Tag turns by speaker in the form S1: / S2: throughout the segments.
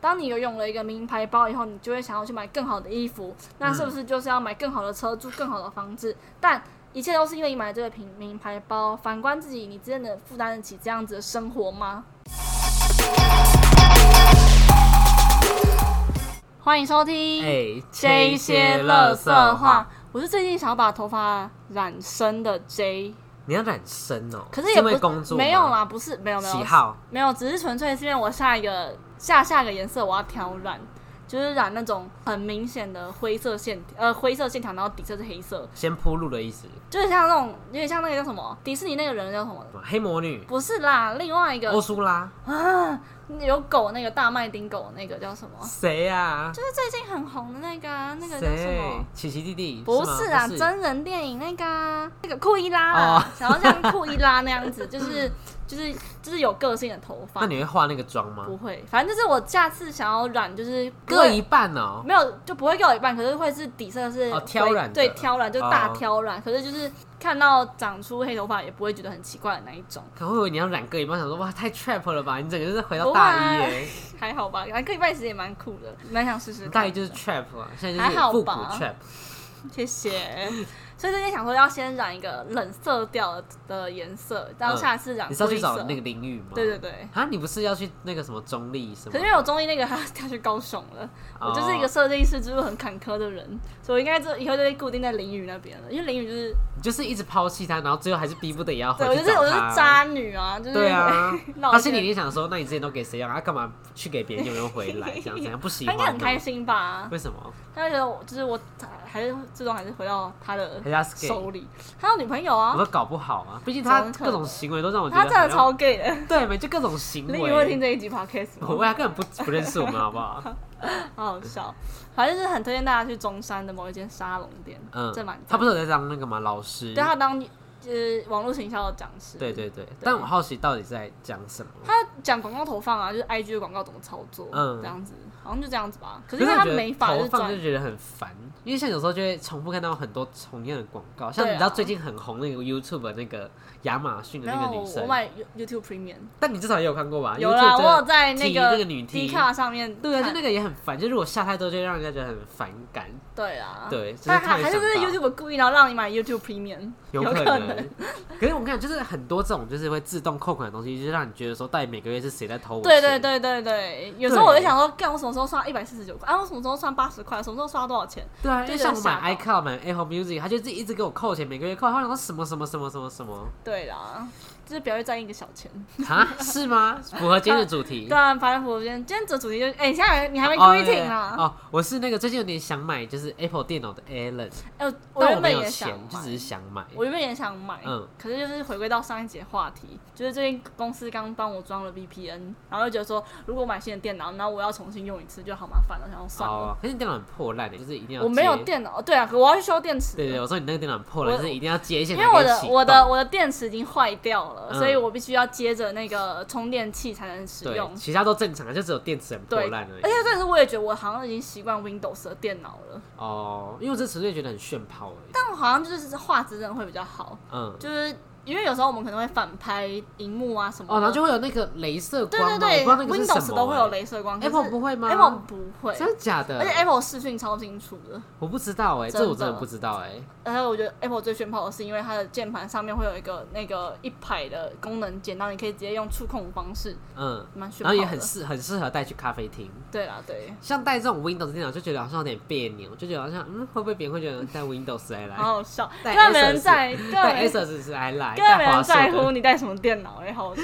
S1: 当你有用了一个名牌包以后，你就会想要去买更好的衣服，
S2: 嗯
S1: 那是不是就是要买更好的车，住更好的房子？但一切都是因为你买了这个品名牌包。反观自己，你真的负担得起这样子的生活吗？欢迎收听。
S2: 哎，
S1: 这
S2: 切
S1: 一
S2: 一
S1: 些
S2: 些
S1: 垃
S2: 垃
S1: 圾
S2: 圾
S1: 话
S2: 话。。
S1: 我是最近想要把头发染深的 J，
S2: 你要染深哦，
S1: 可
S2: 是
S1: 是也
S2: 因
S1: 不
S2: 为工作吗
S1: 没有，啦，不是没有没有
S2: 喜好
S1: 没有，只是纯粹是因为我下一个下下个颜色我要挑染，就是染那种很明显的灰色线呃灰色线条，然后底色是黑色，
S2: 先铺路的意思。
S1: 就是像那种有点像那个叫什么迪士尼那个人叫什么？
S2: 什么黑魔女
S1: 不是啦，另外一个
S2: 欧苏拉，
S1: 啊，有狗那个大麦丁狗那个叫什么？
S2: 谁
S1: 哦
S2: 呀？
S1: 就是最近很红的那个啊那个叫什么
S2: 谁？？琪琪弟弟？
S1: 不
S2: 吗
S1: 是啊，
S2: 不哦
S1: 真人电影那个啊那个库伊拉啊，想要像库伊拉那样子，就是就是就是有个性的头
S2: 那
S1: 发，
S2: 你会画那个妆吗
S1: 不？会，反正就是我下次想要染，就是不
S2: 各
S1: 会
S2: 一半哦。
S1: 没有就不会掉一半，可是会是底色是
S2: 哦挑染的
S1: 对挑染就大
S2: 哦
S1: 挑染，可是就是看到长出黑头发也不会觉得很奇怪的那一 种，
S2: 可会不会你要染各一半？想说哇，太 trap 了吧？你整个就是回
S1: 不
S2: 到
S1: 会
S2: 大一耶，
S1: 还好吧？染个一半其实也蛮酷的，蛮想试试看的。
S2: 大一就是 trap 啊，现在
S1: 还
S2: 就
S1: 好
S2: 是复古
S1: 吧
S2: trap。
S1: 谢谢。所以最近想说要先染一个冷色调的颜色，然后下次染
S2: 嗯你是要
S1: 灰
S2: 去
S1: 色。
S2: 找那个淋浴吗？
S1: 对对。对。
S2: 啊，你不是要去那个什么中立什么
S1: 可是？因为我中医那个他他去高雄了，我就是一个
S2: 哦
S1: 设计师之路很坎坷的人，所以我应该就以后就会固定在淋雨那边了，因为淋雨就是
S2: 你就是一直抛弃他，然后最后还是逼不得也要回
S1: 对
S2: 去
S1: 我就是
S2: 找
S1: 我就是
S2: 他
S1: 渣女啊，就是，
S2: 对啊
S1: 闹
S2: 他
S1: 一
S2: 心里
S1: 些
S2: 面想说，那你之前都给谁用？他干嘛去给别人用又回来？这样怎样不喜
S1: 他
S2: 欢
S1: 应
S2: 哦？
S1: 该很开心吧？
S2: 为什么？
S1: 他就觉得我就是我还是最终还是回到他的
S2: 还是他是 gay？
S1: 手里，他有女朋友
S2: 我
S1: 啊，
S2: 都搞不好啊！毕竟他
S1: 怎么可能
S2: 各种行为都让我觉得
S1: 他真的
S2: 好像
S1: 超 gay 的。
S2: 对没？就各种行
S1: 淋雨会听
S2: 为，
S1: 这一集 podcast 吗
S2: 不？会，他根本不不认识我们，好不好？
S1: 好好笑，反正就是很推荐大家去中山的某一间沙龙店，
S2: 嗯
S1: 这蛮赞，
S2: 他不是有在当那个吗？老师
S1: 对？他当就是网络行销的讲师，
S2: 对对对，但我好奇到底在讲什么？
S1: 他讲广告投放啊，就是 IG 的广告怎么操作，
S2: 嗯
S1: 这样子，好像就这样子吧。可
S2: 可
S1: 是因为
S2: 我
S1: 他
S2: 觉得
S1: 没法
S2: 投
S1: 就
S2: 放
S1: 赚
S2: 就，觉得很烦，因为像有时候就会重复看到很多同样的广告，像你
S1: 对啊
S2: 知道最近很红那个 YouTube 的那个亚马逊的
S1: 然
S2: 那
S1: 后
S2: 个女
S1: 我
S2: 生，
S1: 买 You- YouTube Premium，
S2: 但你至少也有看过吧？
S1: 有啦，
S2: YouTube
S1: 我有在
S2: 提
S1: 个
S2: 那个女
S1: D
S2: 踢
S1: 卡上面看，
S2: 对啊，就那个也很烦，就如果下太多，就会让人家觉得很反感。
S1: 对啊，。
S2: 对，就是
S1: 但
S2: 突然
S1: 还还是
S2: 想
S1: 这是
S2: 到
S1: YouTube 故意然后让你买 YouTube Premium，
S2: 有
S1: 可
S2: 可
S1: 能。。
S2: 可是我看就是很多这种就是会自动扣款的东西，就是让你觉得说，到底每个月是谁在偷我
S1: 对
S2: 钱？
S1: 对对对对，有时候我就想说，干我什么时候刷一百四十九块？啊，我什么时候刷八十块？什么时候刷多少钱？
S2: 对啊，
S1: 就
S2: 因为
S1: 觉得
S2: 像我买
S1: 吓
S2: iCloud 买 Apple Music，他就自己一直给我扣钱，每个月扣，他想说什么什么什么什么什么
S1: 对啦，就是表示占一个小钱。
S2: 啊？是吗？符合今天的主题
S1: 对。啊，反正我今天今天的主题就是，哎、你现在你还没
S2: 哦
S1: 故意
S2: 对
S1: 听啊？
S2: 哦，我是那个最近有点想买，就是 Apple 电脑的 Allen，
S1: 哎、我
S2: 但
S1: 原
S2: 我没
S1: 本
S2: 有
S1: 也想
S2: 钱，就
S1: 买
S2: 只是想买。
S1: 我原本也想买，
S2: 嗯
S1: 可是就是回归到上一节话题，就是最近公司刚帮我装了 VPN，然后就觉得说，如果买新的电脑，然后我要重新用一次，就好麻烦了，然后算了。
S2: 哦，可是你电脑很破烂的，就是一定要
S1: 我没有
S2: 接
S1: 电脑，对啊，我要去修电池。
S2: 对对，我说你那个电脑很破了，
S1: 我
S2: 就是一定要接线
S1: 因
S2: 才
S1: 为
S2: 可
S1: 我
S2: 以
S1: 的
S2: 启
S1: 我的
S2: 动
S1: 我的电池已经坏掉了，
S2: 嗯
S1: 所以我必须要接着那个充电器才能使用
S2: 对，。其他都正常，就只有电池很破
S1: 对，
S2: 烂而已
S1: 而。且这是我也觉得我好像已经习惯 Windows 的电脑了，
S2: 哦，因为我这纯粹觉得很炫炮而已。
S1: 但我好像就是画质真的会比较好，
S2: 嗯，
S1: 就是因为有时候我们可能会反拍荧幕啊什么的。
S2: 哦，然后就会有那个镭射
S1: 对
S2: 光
S1: 对
S2: 嘛，我
S1: 对
S2: 不知道那个是什
S1: ，Windows
S2: 么欸。
S1: 都会有镭射光可是
S2: Apple 不会吗
S1: ？Apple 不会，
S2: 真的假的？
S1: 而且 Apple 视讯超清楚的。
S2: 我不知道哎，
S1: 真的
S2: 这我真的不知道哎。
S1: 而且我觉得 Apple 最炫炮的是，因为它的键盘上面会有一个那个一排的功能键，然后你可以直接用触控的方式，
S2: 嗯，
S1: 蛮炫炮
S2: 然后
S1: 的。
S2: 也很适很适合带去咖啡厅。
S1: 对啦，对，
S2: 像带这种 Windows 电脑，就觉得好像有点别扭，就觉得好像嗯，会不会别人会觉得 带 Windows 来
S1: 好
S2: 来，
S1: 好笑，根本
S2: 带
S1: 没人
S2: Asus
S1: 在，根本
S2: 带
S1: 没
S2: Asus 是来来，
S1: 根本没
S2: 带华
S1: 人
S2: 硕
S1: 在
S2: 的
S1: 乎你带什么电脑，也好 好笑。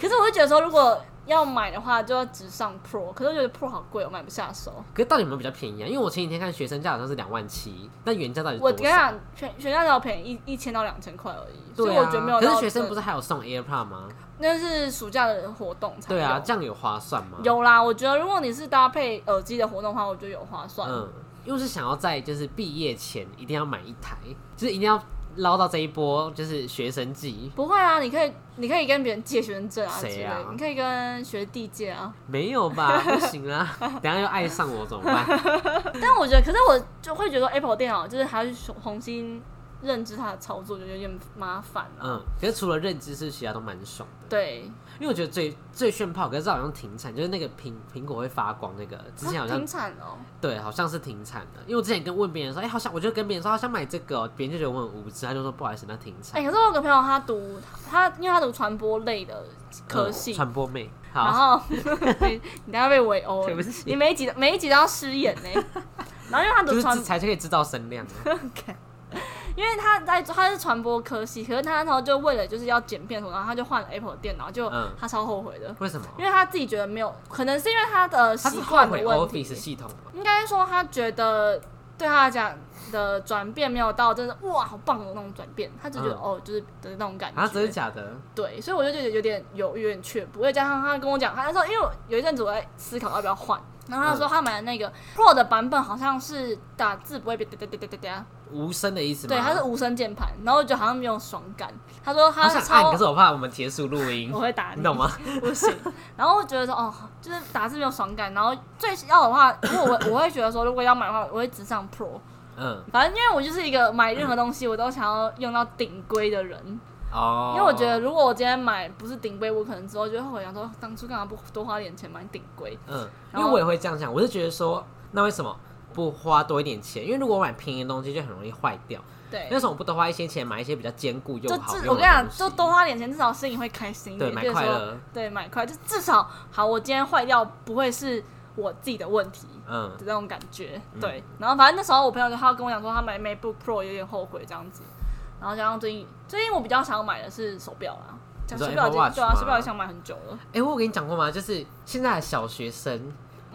S1: 可是我就觉得说，如果要买的话，就要直上 Pro，可是我觉得 Pro 好贵，我买不下手。
S2: 可是到底有没有比较便宜啊？因为我前几天看学生价好像是两万七，但原价到底是
S1: 我
S2: 多
S1: 跟你
S2: 少？
S1: 讲，全全家只要便宜一一千到两千块而已，所以
S2: 对
S1: 我
S2: 啊，
S1: 觉得没有到
S2: 可
S1: 真。
S2: 是学生不是还有送 AirPod 吗？
S1: 那是暑假的活动才有
S2: 对啊，这样有划算吗？，
S1: 有啦。我觉得如果你是搭配耳机的活动的话，我觉得有划算。
S2: 嗯，因为是想要在就是毕业前一定要买一台，就是一定要捞到这一波就是学生季。
S1: 不会啊，你可以，你可以跟别人借学生证啊之类
S2: 谁
S1: 的，
S2: 啊
S1: 你可以跟学弟借啊。
S2: 没有吧？不 行啊，等一下又爱上我怎么办？
S1: 但我觉得，可是我就会觉得 Apple 电脑就是还是红星认知它的操作，就有点麻烦了、
S2: 嗯，可是除了认知是，其他都蛮爽的。
S1: 对，
S2: 因为我觉得最最炫炮，可是这好像停产，就是那个苹苹果会发光那个，之前好
S1: 啊
S2: 像
S1: 停产哦、
S2: 对，好像是停产的。因为我之前跟问别人说，哎、好想，我就跟别人说好想买这个、哦，别人就觉得我很无知，他就说不好意思，那停产。
S1: 哎、可是我有个朋友，他读他，因为他读传播类的科系
S2: 嗯，传播妹，
S1: 然
S2: 好，
S1: 后 你你等下被围殴
S2: 对不
S1: 了，
S2: 起
S1: 你每一集每一集都要失言呢、 然后因为他
S2: 就
S1: 读
S2: 是
S1: 传
S2: 自，才可以制造声量啊。
S1: 因为他在他是传播科系，可是他然后就为了就是要剪片什么，然后他就换了 Apple 的电脑，就
S2: 嗯
S1: 他超后悔的，
S2: 为什么？
S1: 因为他自己觉得没有，可能是因为他的
S2: 他是
S1: 习
S2: 后
S1: 惯
S2: 悔
S1: 的问题
S2: Office，系统吗？
S1: 应该说他觉得对他来讲的转变没有到，真的哇好棒的那种转变，他就觉得、
S2: 嗯
S1: 哦就是的那种感觉。
S2: 啊，真的假的？
S1: 对，所以我就觉得有点犹豫、有点却步。再加上他跟我讲，他那时候因为我有一阵子我在思考要不要换，然后他说他买的那个 Pro 的版本好像是打字不会别哒哒哒哒哒哒，
S2: 无声的意思吗？
S1: 对，它是无声键盘，然后我觉得好像没有爽感。他说他
S2: 好想按，
S1: 超
S2: 可是我怕我们结束录音
S1: 我，会打
S2: 你懂吗？
S1: 不行。然后我觉得说哦，就是打字没有爽感。然后最要的话，如果我我会觉得说，如果要买的话，我会只上 Pro。
S2: 嗯，
S1: 反正因为我就是一个买任何东西我都想要用到顶规的人，
S2: 哦，
S1: 因为我觉得，如果我今天买不是顶规，我可能之后就会后悔，想说当初干嘛不多花点钱买顶规？
S2: 嗯，因
S1: 然
S2: 为
S1: 后
S2: 我也会这样想，我是觉得说，那为什么不花多一点钱？因为如果我买便宜的东西，就很容易坏掉。
S1: 对，
S2: 那为什么不多花一些钱买一些比较坚固又
S1: 就
S2: 好
S1: 至我
S2: 用
S1: 跟
S2: 的
S1: 你讲，
S2: 东西
S1: 就多花点钱，至少心里会开心一
S2: 对
S1: 点，
S2: 买
S1: 就是
S2: 快
S1: 说
S2: 乐，
S1: 对，买快，就至少好，我今天坏掉不会是我自己的问题。
S2: 嗯
S1: 的那种感觉，对。然后反正那时候我朋友就他跟我讲说，他买 MacBook Pro 有点后悔这样子。然后加上最近，最近我比较想要买的是手表啦，
S2: 你
S1: 讲
S2: 说
S1: 手表已
S2: Apple
S1: 经
S2: Watch
S1: 对啊，
S2: 吗
S1: 手表也想买很久了。
S2: 哎、我有跟你讲过吗？就是现在的小学生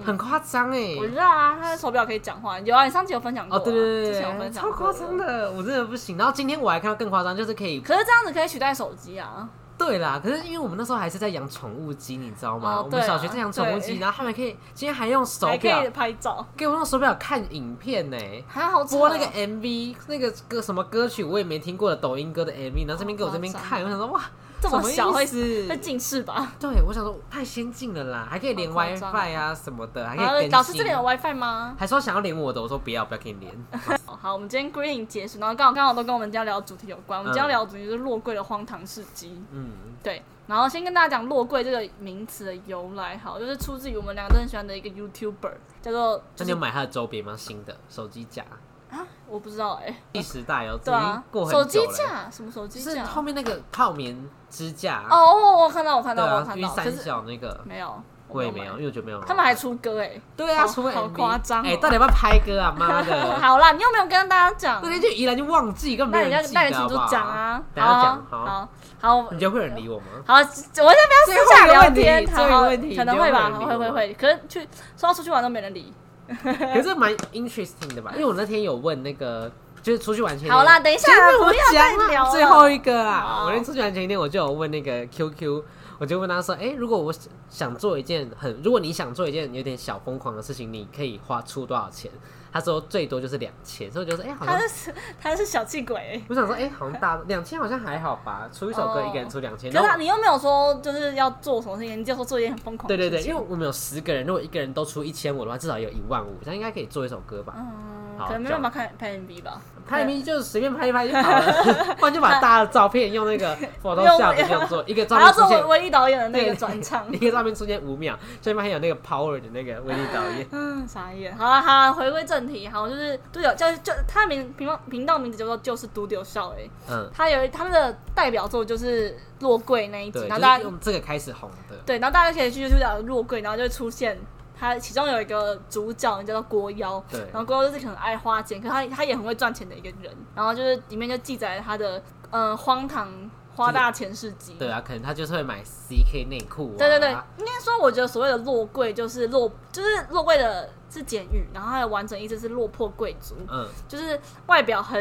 S2: 很夸张哎
S1: 嗯我。知道啊，他的手表可以讲话，有啊，你上次有分享过、
S2: 哦，
S1: 啊，
S2: 对对
S1: 之前
S2: 对
S1: 有
S2: 对，
S1: 分享
S2: 超
S1: 过
S2: 夸张的，我真的不行。然后今天我还看到更夸张，就是可以，
S1: 可是这样子可以取代手机啊，
S2: 对啦，可是因为我们那时候还是在养宠物鸡，你知道吗？
S1: 哦
S2: 我
S1: 对
S2: 们
S1: 啊
S2: 小学在养宠物鸡，
S1: 对
S2: 然后他们可以今天还用手
S1: 还可
S2: 表
S1: 以拍照，
S2: 给我用手表看影片呢、
S1: 还好扯哦
S2: 播那个 MV，那个歌什么歌曲我也没听过的抖音歌的 MV，然后这边给我这边看，我想说哇，
S1: 啊这么小会
S2: 什么意
S1: 会
S2: 思？
S1: 近视吧？
S2: 对，我想说太先进了啦，还可以连
S1: 好夸张哦
S2: WiFi 啊什么的，还可
S1: 然后
S2: 以
S1: 老
S2: 更
S1: 师这
S2: 新
S1: 里。有 WiFi 吗？
S2: 还说想要连我的，我说不要，不要给你 连。
S1: 哦好，我们今天 greeting 结束，然后刚好刚好都跟我们今天聊的主题有关。我们今天
S2: 嗯
S1: 聊的主题就是落柜的荒唐事迹。
S2: 嗯，
S1: 对，然后先跟大家讲“落柜”这个名词的由来，好，就是出自于我们两个都很喜欢的一个 YouTuber，叫做就
S2: 那你
S1: 是
S2: 有买它的周边吗？新的手机架，
S1: 啊，我不知道哎、
S2: 第十代哦，已
S1: 对啊
S2: 经，过
S1: 手
S2: 很
S1: 机
S2: 久了。
S1: 架什么手
S2: 就
S1: 机
S2: 是
S1: 架？
S2: 后面那个靠棉支架，
S1: 哦，我我看到我看
S2: 啊对
S1: 到、我
S2: 啊，
S1: 看
S2: 雨
S1: 到，可
S2: 伞
S1: 是
S2: 小那个，
S1: 没有，
S2: 我也没
S1: 买
S2: 有，因为我觉得没有很好
S1: 他
S2: 看。
S1: 们还出歌 哎、
S2: 对啊，
S1: 好
S2: 出了
S1: 好
S2: MV
S1: 夸张哦
S2: 哎，到底要不要拍歌啊？妈 的！
S1: 好啦，你又没有跟大家讲
S2: 那，天去宜兰就忘记，根
S1: 那
S2: 本
S1: 你
S2: 没
S1: 要
S2: 人记
S1: 那
S2: 得
S1: 你
S2: 好
S1: 请
S2: 不
S1: 出
S2: 好？
S1: 讲啊，
S2: 等一下讲
S1: 好啊
S2: 好，
S1: 好好，
S2: 你觉得会有人理我 吗？
S1: 好，我先不要私下聊天，
S2: 最
S1: 好
S2: 后一个
S1: 好，
S2: 问题
S1: 可能会吧，
S2: 最后
S1: 会
S2: 一个问
S1: 会
S2: 题
S1: 会，可是去说到出去玩都没人理。
S2: 可是蛮 interesting 的吧？因为我那天有问那个，就是出去玩前一天
S1: 好啦，，等一下
S2: 真
S1: 啦，
S2: 的
S1: 不
S2: 我
S1: 要再
S2: 讲
S1: 聊
S2: 啊
S1: 了。
S2: 最后一个啊，
S1: 好
S2: 我那天出去玩前一天我就有问那个 QQ，我就问他说，哎，如果我想做一件很，如果你想做一件有点小疯狂的事情，你可以花出多少钱？他说最多就是两千，所以我就说，哎，好像
S1: 他是他是小气鬼、欸，
S2: 我想说，哎，好像大两千好像还好吧，出一首歌
S1: 哦
S2: 一个人出两千，
S1: 可
S2: 然
S1: 是
S2: 后
S1: 他你又没有说就是要做什么事情，你就说做一件很疯狂的
S2: 对对对，
S1: 事
S2: 因
S1: 情
S2: 为我们有十个人，如果一个人都出一千五的话，至少有一万五，那应该可以做一首歌吧？
S1: 嗯，
S2: 好
S1: 可能没
S2: 这样
S1: 办法看拍 MV 吧，
S2: 拍 MV 就随便拍一拍就 好了，不然就把大家的照片用那个 Photoshop 就做一个照
S1: 还要
S2: 片
S1: 做
S2: 出
S1: 威
S2: 现
S1: 威力导演的那
S2: 对
S1: 个转场
S2: 一，个照片出现五秒，下面还有那个 Power 的那个威力导 演。
S1: 嗯，傻眼。好了好啦，回归正题，好，就是对有就就他的名频道频道名字叫做就是独丢笑哎、欸，
S2: 嗯，
S1: 他有一他们的代表作就是落柜那一集，
S2: 对，
S1: 然后
S2: 就
S1: 大
S2: 是
S1: 家
S2: 用这个开始红的。
S1: 对，然后大家可以去 YouTube 找落柜，然后就会出现他其中有一个主角，叫做郭妖，
S2: 对
S1: 然后郭妖就是可能爱花钱，可是他他也很会赚钱的一个人，然后就是里面就记载了他的呃荒唐花大钱事迹。
S2: 对啊，可能他就是会买 CK 内裤、啊。
S1: 对对对，应该说，我觉得所谓的落柜就是落，就是落柜的是监狱，然后它的完整意思是落魄贵族，
S2: 嗯，
S1: 就是外表很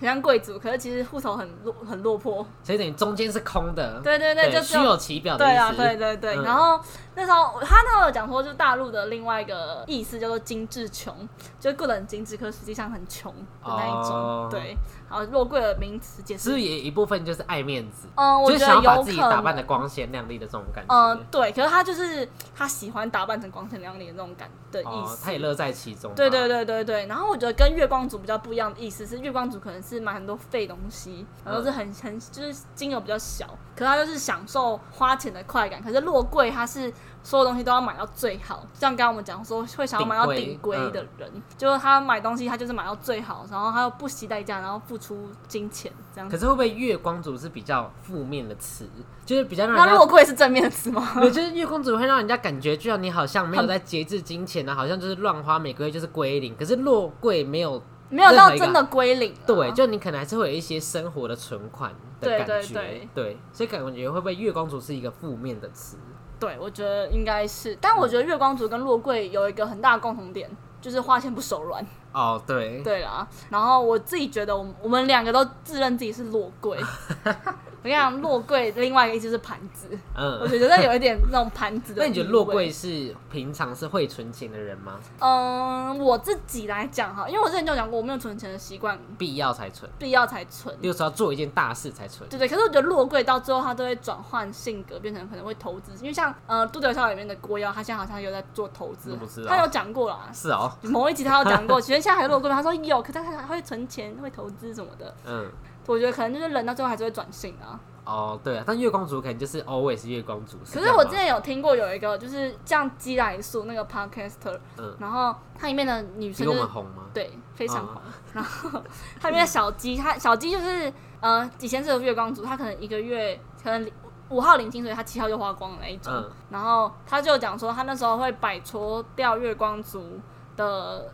S1: 很像贵族，可是其实户头很落很落魄。
S2: 所以等于中间是空的。
S1: 对对对，就只
S2: 虚
S1: 有
S2: 有其表的
S1: 对
S2: 意
S1: 啊，
S2: 思。
S1: 对对对，
S2: 嗯
S1: 然后那时候他那时候有讲说，就大陆的另外一个意思叫做精致穷，就是过得很精致，可是实际上很穷的那一种。
S2: 哦
S1: 对，好，落贵的名词解
S2: 是不
S1: 释
S2: 是。也一部分就是爱面子，
S1: 嗯，我
S2: 就是
S1: 觉
S2: 想
S1: 得
S2: 要把
S1: 有
S2: 自己
S1: 可
S2: 打扮的
S1: 能。
S2: 光鲜亮丽的这种感觉。
S1: 嗯，对，可是他就是他喜欢打扮成光鲜亮丽的那种感的意
S2: 哦，
S1: 思。
S2: 他也啊乐在其中吧。
S1: 对对对对对，然后我觉得跟月光族比较不一样的意思是，月光族可能是买很多废东西，然后
S2: 嗯
S1: 是很很就是金额比较小，可是他就是享受花钱的快感。可是落柜他是所有东西都要买到最好，像刚刚我们讲说会想要买到
S2: 顶规嗯
S1: 顶规的人，就是他买东西他就是买到最好，然后他又不惜代价，然后付出金钱这样
S2: 可
S1: 子。
S2: 是会不会月光族是比较负面的词，就是比较让人
S1: 那
S2: 家
S1: 落柜是正面的词吗？
S2: 我觉得月光族会让人家感觉，就像你好像没有
S1: 很
S2: 在节制金钱啊，好像就是乱花，每个月就是归零。可是落柜没有，
S1: 没有到
S2: 任何一个
S1: 真的归零啊。
S2: 对，就你可能还是会有一些生活的存款的
S1: 对
S2: 感
S1: 对
S2: 觉，
S1: 对
S2: 对所以感觉会不会月光族是一个负面的词？
S1: 对，我觉得应该是，但我觉得月光族跟落柜有一个很大的共同点，就是花钱不手软。
S2: 哦，对，
S1: 对啦，然后我自己觉得我们我们两个都自认自己是落 柜。我跟你讲，落柜另外一个意思是盘子，我
S2: 嗯。
S1: 觉得有一点那种盘子的。
S2: 那你觉得落柜？是平常是会存钱的人吗？
S1: 嗯，我自己来讲哈，因为我之前就讲过，我没有存钱的习惯，
S2: 必要才存，
S1: 必要才存。
S2: 例如说要做一件大事才存。
S1: 对对，可是我觉得落柜到最后，他都会转换性格，变成可能会投资。因为像呃《杜德笑》里面的郭耀，他现在好像有在做投资
S2: 我不知，道
S1: 他有讲过啦，
S2: 是哦，
S1: 某一集他有讲 过，其实现在还落过他说有，可是他还会存钱，会投资什么的。
S2: 嗯，
S1: 我觉得可能就是人到最后还是会转性啊。
S2: 哦，对啊，但月光族可能就是 always 月光族。
S1: 可
S2: 这
S1: 是
S2: 样
S1: 我
S2: 吗
S1: 之前有听过有一个就是像基莱素那个 podcaster，、
S2: 嗯
S1: 然后它里面的女
S2: 比
S1: 生、
S2: 我
S1: 就是
S2: 们红吗？
S1: 对非常
S2: 嗯
S1: 红， 然后它里面的小鸡，它小鸡就是呃以前是个月光族，它可能一个月可能五号领薪水，它七号就花光了那一种。
S2: 嗯，
S1: 然后他就讲说，他那时候会摆脱掉月光族的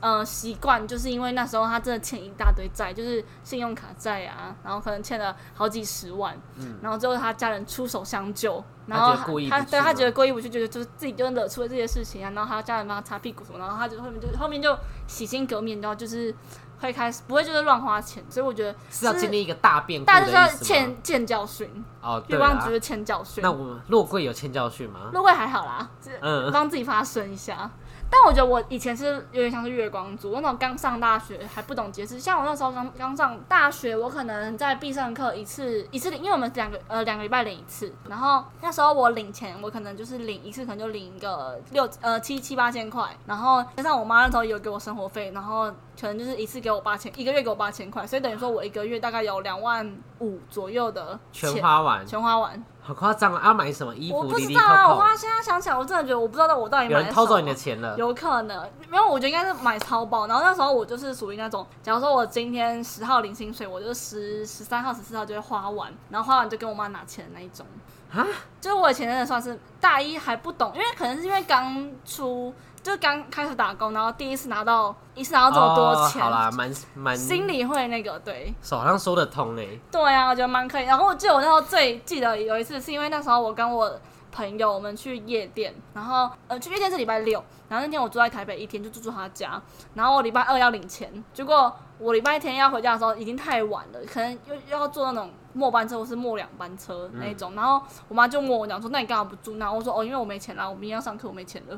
S1: 呃习惯，就是因为那时候他真的欠一大堆债，就是信用卡债啊，然后可能欠了好几十万，
S2: 嗯
S1: 然后最后他家人出手相救，
S2: 他
S1: 然后
S2: 觉得故意
S1: 他
S2: 不去
S1: 对他
S2: 吗
S1: 觉得故意不去，觉得就是自己就惹出了这些事情啊，然后他家人帮他擦屁股什么，然后他就后面就后面就洗心革面，然后就是会开始不会就是乱花钱，所以我觉得
S2: 是要经历一个大变故
S1: 大
S2: 的
S1: 家
S2: 意
S1: 就
S2: 思
S1: 是要
S2: 吗？
S1: 欠欠教训，
S2: 哦，
S1: 月
S2: 对
S1: 光
S2: 啊
S1: 族就是欠教训。
S2: 那我们落柜有欠教训吗？
S1: 陆慧还好啦，就是
S2: 嗯，
S1: 帮自己发声一下。但我觉得我以前是有点像是月光族，我那种刚上大学还不懂节制。像我那时候刚刚上大学，我可能在必胜课一次一次领，因为我们两个呃两个礼拜领一次，然后那时候我领钱，我可能就是领一次，可能就领一个六呃七七八千块，然后加上我妈那时候有给我生活费，然后可能就是一次给我八千，一个月给我八千块，所以等于说我一个月大概有两万五左右的钱
S2: 全花完，
S1: 全花完。
S2: 好夸张啊！要买什么衣
S1: 我
S2: 服？
S1: 不
S2: 里
S1: 知
S2: 里
S1: 道
S2: 扣
S1: 啊，我
S2: 扣
S1: 花，现在想起来，我真的觉得我不知道我到底买
S2: 有
S1: 了
S2: 人偷走
S1: 什么
S2: 你的钱了。
S1: 有可能，没有，我觉得应该是买超爆。然后那时候我就是属于那种，假如说我今天十号领薪水，我就十十三号、十四号就会花完，然后花完就跟我妈拿钱的那一种。
S2: 啊，
S1: 就是我以前真的算是大一还不懂，因为可能是因为刚出，就是刚开始打工，然后第一次拿到一次拿到这么多钱，
S2: 哦好啦，蛮蛮，
S1: 心里会那个对。
S2: 手上说得通欸诶。
S1: 对啊，我觉得蛮可以。然后我记得我那时候最记得有一次，是因为那时候我跟我朋友我们去夜店，然后呃去夜店是礼拜六，然后那天我住在台北一天，就住住他家，然后我礼拜二要领钱，结果呃我礼拜天要回家的时候已经太晚了，可能又又要坐那种末班车或是末两班车那一种，然后我妈就问我讲说，那你干嘛不住那？然后我说哦，因为我没钱啦，我明天要上课，我没钱了。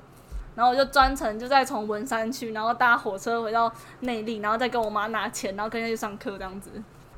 S1: 然后我就专程就再从文山区，然后搭火车回到内坜，然后再跟我妈拿钱，然后跟着去上课这样子。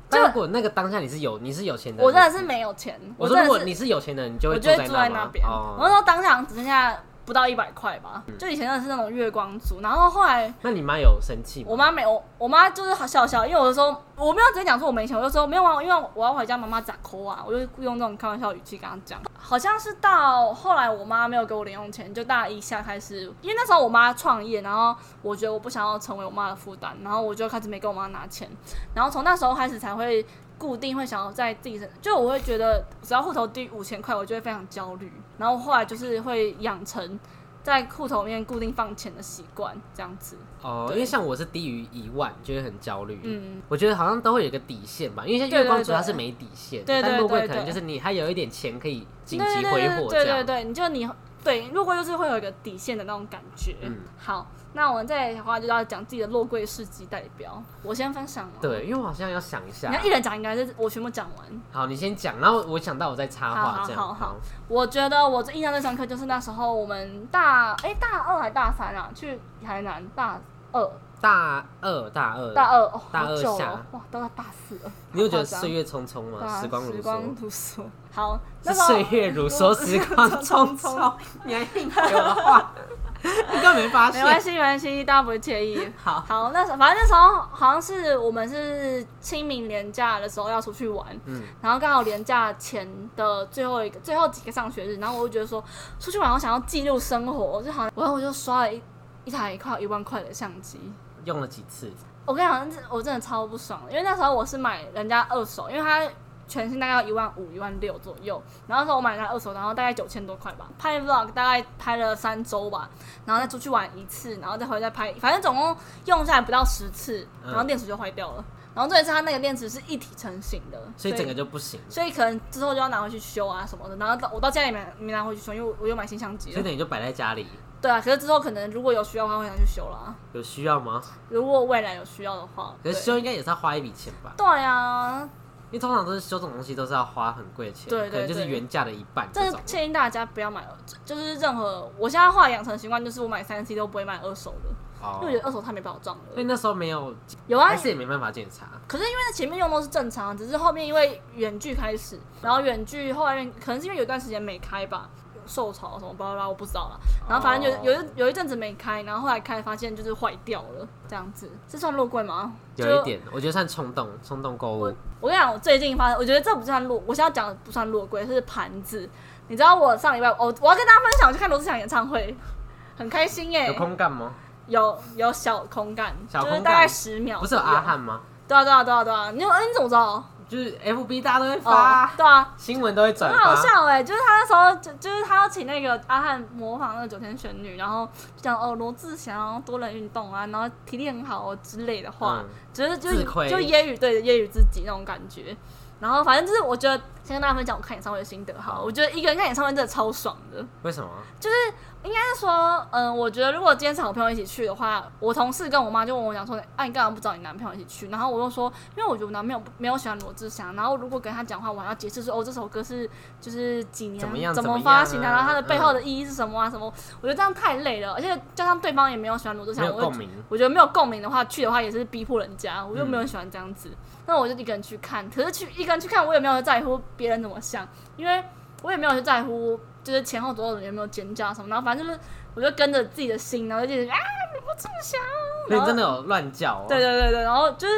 S2: 但如果那个当下你是有，你是有钱的人，
S1: 我真的是没有钱，
S2: 我说
S1: 真
S2: 如果
S1: 的
S2: 你
S1: 是，
S2: 是有钱的人，你就
S1: 我
S2: 会
S1: 就会住在
S2: 那
S1: 那边。我那
S2: 哦，嗯
S1: 时候当下好像只剩下不到一百块吧，就以前真的是那种月光族。然后后来
S2: 那你妈有生气吗？
S1: 我妈没有，我妈就是好笑笑，因为我就说我没有直接讲说我没钱，我就说没有啊，因为我要回家，妈妈咋抠啊，我就用这种开玩笑语气跟她讲。好像是到后来我妈没有给我零用钱，就大一下开始，因为那时候我妈创业，然后我觉得我不想要成为我妈的负担，然后我就开始没给我妈拿钱，然后从那时候开始才会固定会想要在自己身，就我会觉得只要户头低五千块，我就会非常焦虑，然后后来就是会养成。在户头里面固定放钱的习惯，这样子，
S2: 哦，
S1: 对
S2: 因为像我是低于一万，就会很焦虑。
S1: 嗯，
S2: 我觉得好像都会有一个底线吧，因为像月光族它是没底线，
S1: 对对对
S2: 但落
S1: 对对
S2: 柜可能就是你还有一点钱可以紧
S1: 对
S2: 急
S1: 对
S2: 挥霍
S1: 对
S2: 这
S1: 对
S2: 样。
S1: 对，你就你对，落柜就是会有一个底线的那种感觉。
S2: 嗯
S1: 好，那我们再的话就要讲自己的落柜事迹代表。我先分享哦。，
S2: 对，因为我好像要想一下
S1: 你要。一人讲，应该是我全部讲完。
S2: 好，你先讲，然后我想到我再插
S1: 好
S2: 话
S1: 好
S2: 这样。
S1: 好好我觉得我最印象最深刻就是那时候我们大哎、大二还大三啊，去台南大二
S2: 大二大二，
S1: 大二哦，
S2: 大
S1: 好
S2: 二
S1: 久
S2: 下
S1: 了哇，都到大四了。
S2: 你有觉得
S1: 好夸张
S2: 岁月匆匆 吗？时光如梭，
S1: 如梭。好，那
S2: 是
S1: 时候
S2: 岁月如 梭，时光匆匆。你还硬给我画，你根本没发
S1: 没关系，
S2: 现。
S1: 没关系，大家不会介意。
S2: 好，
S1: 好，那时候反正那时候好像是我们是清明年假的时候要出去玩，
S2: 嗯，
S1: 然后刚好年假前的最后一个最后几个上学日，然后我就觉得说出去玩，我想要记录生活，就好像然后我就刷了一一台快要一万块的相机。
S2: 用了几次？
S1: 我跟你讲，我真的超不爽的，因为那时候我是买人家二手，因为它全新大概要一万五、一万六左右，然后那时候我买人家二手，然后大概九千多块吧，拍 vlog 大概拍了三周吧，然后再出去玩一次，然后再回来再拍，反正总共用下来不到十次，
S2: 嗯
S1: 然后电池就坏掉了，然后重点是它那个电池是一体成型的，
S2: 所以整个就不行。
S1: 所以可能之后就要拿回去修啊什么的，然后到我到家里面没拿回去修，因为我又买新相机
S2: 所
S1: 了。
S2: 以等于就摆在家里，
S1: 对啊，可是之后可能如果有需要的话会拿去修啦。
S2: 有需要吗？
S1: 如果未来有需要的话，
S2: 可
S1: 对
S2: 是修应该也是要花一笔钱吧？
S1: 对啊，
S2: 因为通常都是修这种东西都是要花很贵的钱，
S1: 对对
S2: 可能就是
S1: 对
S2: 原价的一半
S1: 这
S2: 这
S1: 是
S2: 种。
S1: 建议大家不要买二，就是任何我现在画养成习惯，就是我买三 C 都不会买二手的，
S2: 哦
S1: 因为我觉得二手太没保障
S2: 所以
S1: 了。
S2: 那时候没有，
S1: 有啊
S2: 还，是也没办法检查。
S1: 可是因为前面用都是正常，啊只是后面因为远距开始，然后远距后来可能是因为有段时间没开吧，受潮什么巴拉巴拉，我不知道啦。然后反
S2: 哦
S1: 正有有一有一阵子没开，然后后来开发现就是坏掉了，这样子，这算落柜吗？
S2: 有一。点，我觉得算冲动，冲动购物
S1: 我。我跟你讲，我最近发生，我觉得这不算落，我现在讲的不算落柜，是盘子。你知道我上礼拜，我、我要跟大家分享，我去看罗志祥演唱会，很开心耶、
S2: 有空干吗？
S1: 有有小空感，
S2: 小
S1: 就
S2: 空感
S1: 是大概十秒。
S2: 不是有阿？汉吗？
S1: 对啊对啊对啊对啊！你有哎、你怎么知道？
S2: 就是 FB 大家都会
S1: 哦
S2: 发，，
S1: 对啊，
S2: 新闻都会转
S1: 很好
S2: 发。
S1: 笑哎、就是他那时候就就是他要请那个阿汉模仿那个九天玄女，然后就讲哦罗志祥多人运动啊，然后体力很好哦之类的话，
S2: 嗯，
S1: 就是就
S2: 自
S1: 是
S2: 愧
S1: 就揶揄对揶揄自己那种感觉。然后反正就是我觉得先跟大家分享我看演唱会的心得哈，
S2: 好
S1: 我觉得一个人看演唱会真的超爽的。
S2: 为什么？
S1: 但是说，嗯，我觉得如果今天是好朋友一起去的话，我同事跟我妈就问我讲说，哎、你干嘛不找你男朋友一起去？然后我就说，因为我觉得我男朋友没有喜欢罗志祥，然后如果跟他讲话，我还要解释说，哦，这首歌是就是几年
S2: 怎么样怎么样啊
S1: 发行的，然后它的背后的意义是什么啊什么？我觉得这样太累了，而且加上对方也没有喜欢罗志
S2: 没
S1: 祥，
S2: 有
S1: 我就
S2: 共鸣。
S1: 我觉得没有共鸣的话，去的话也是逼迫人家，我就没有喜欢这样子。那我就一个人去看，可是去一个人去看，我也没有在乎别人怎么想，因为我也没有去在乎就是前后左右的人有没有尖叫什么，然后反正就是我就跟着自己的心，然后就一直啊，我这么想，
S2: 所以真的有乱叫哦。
S1: 对对对对，然后就是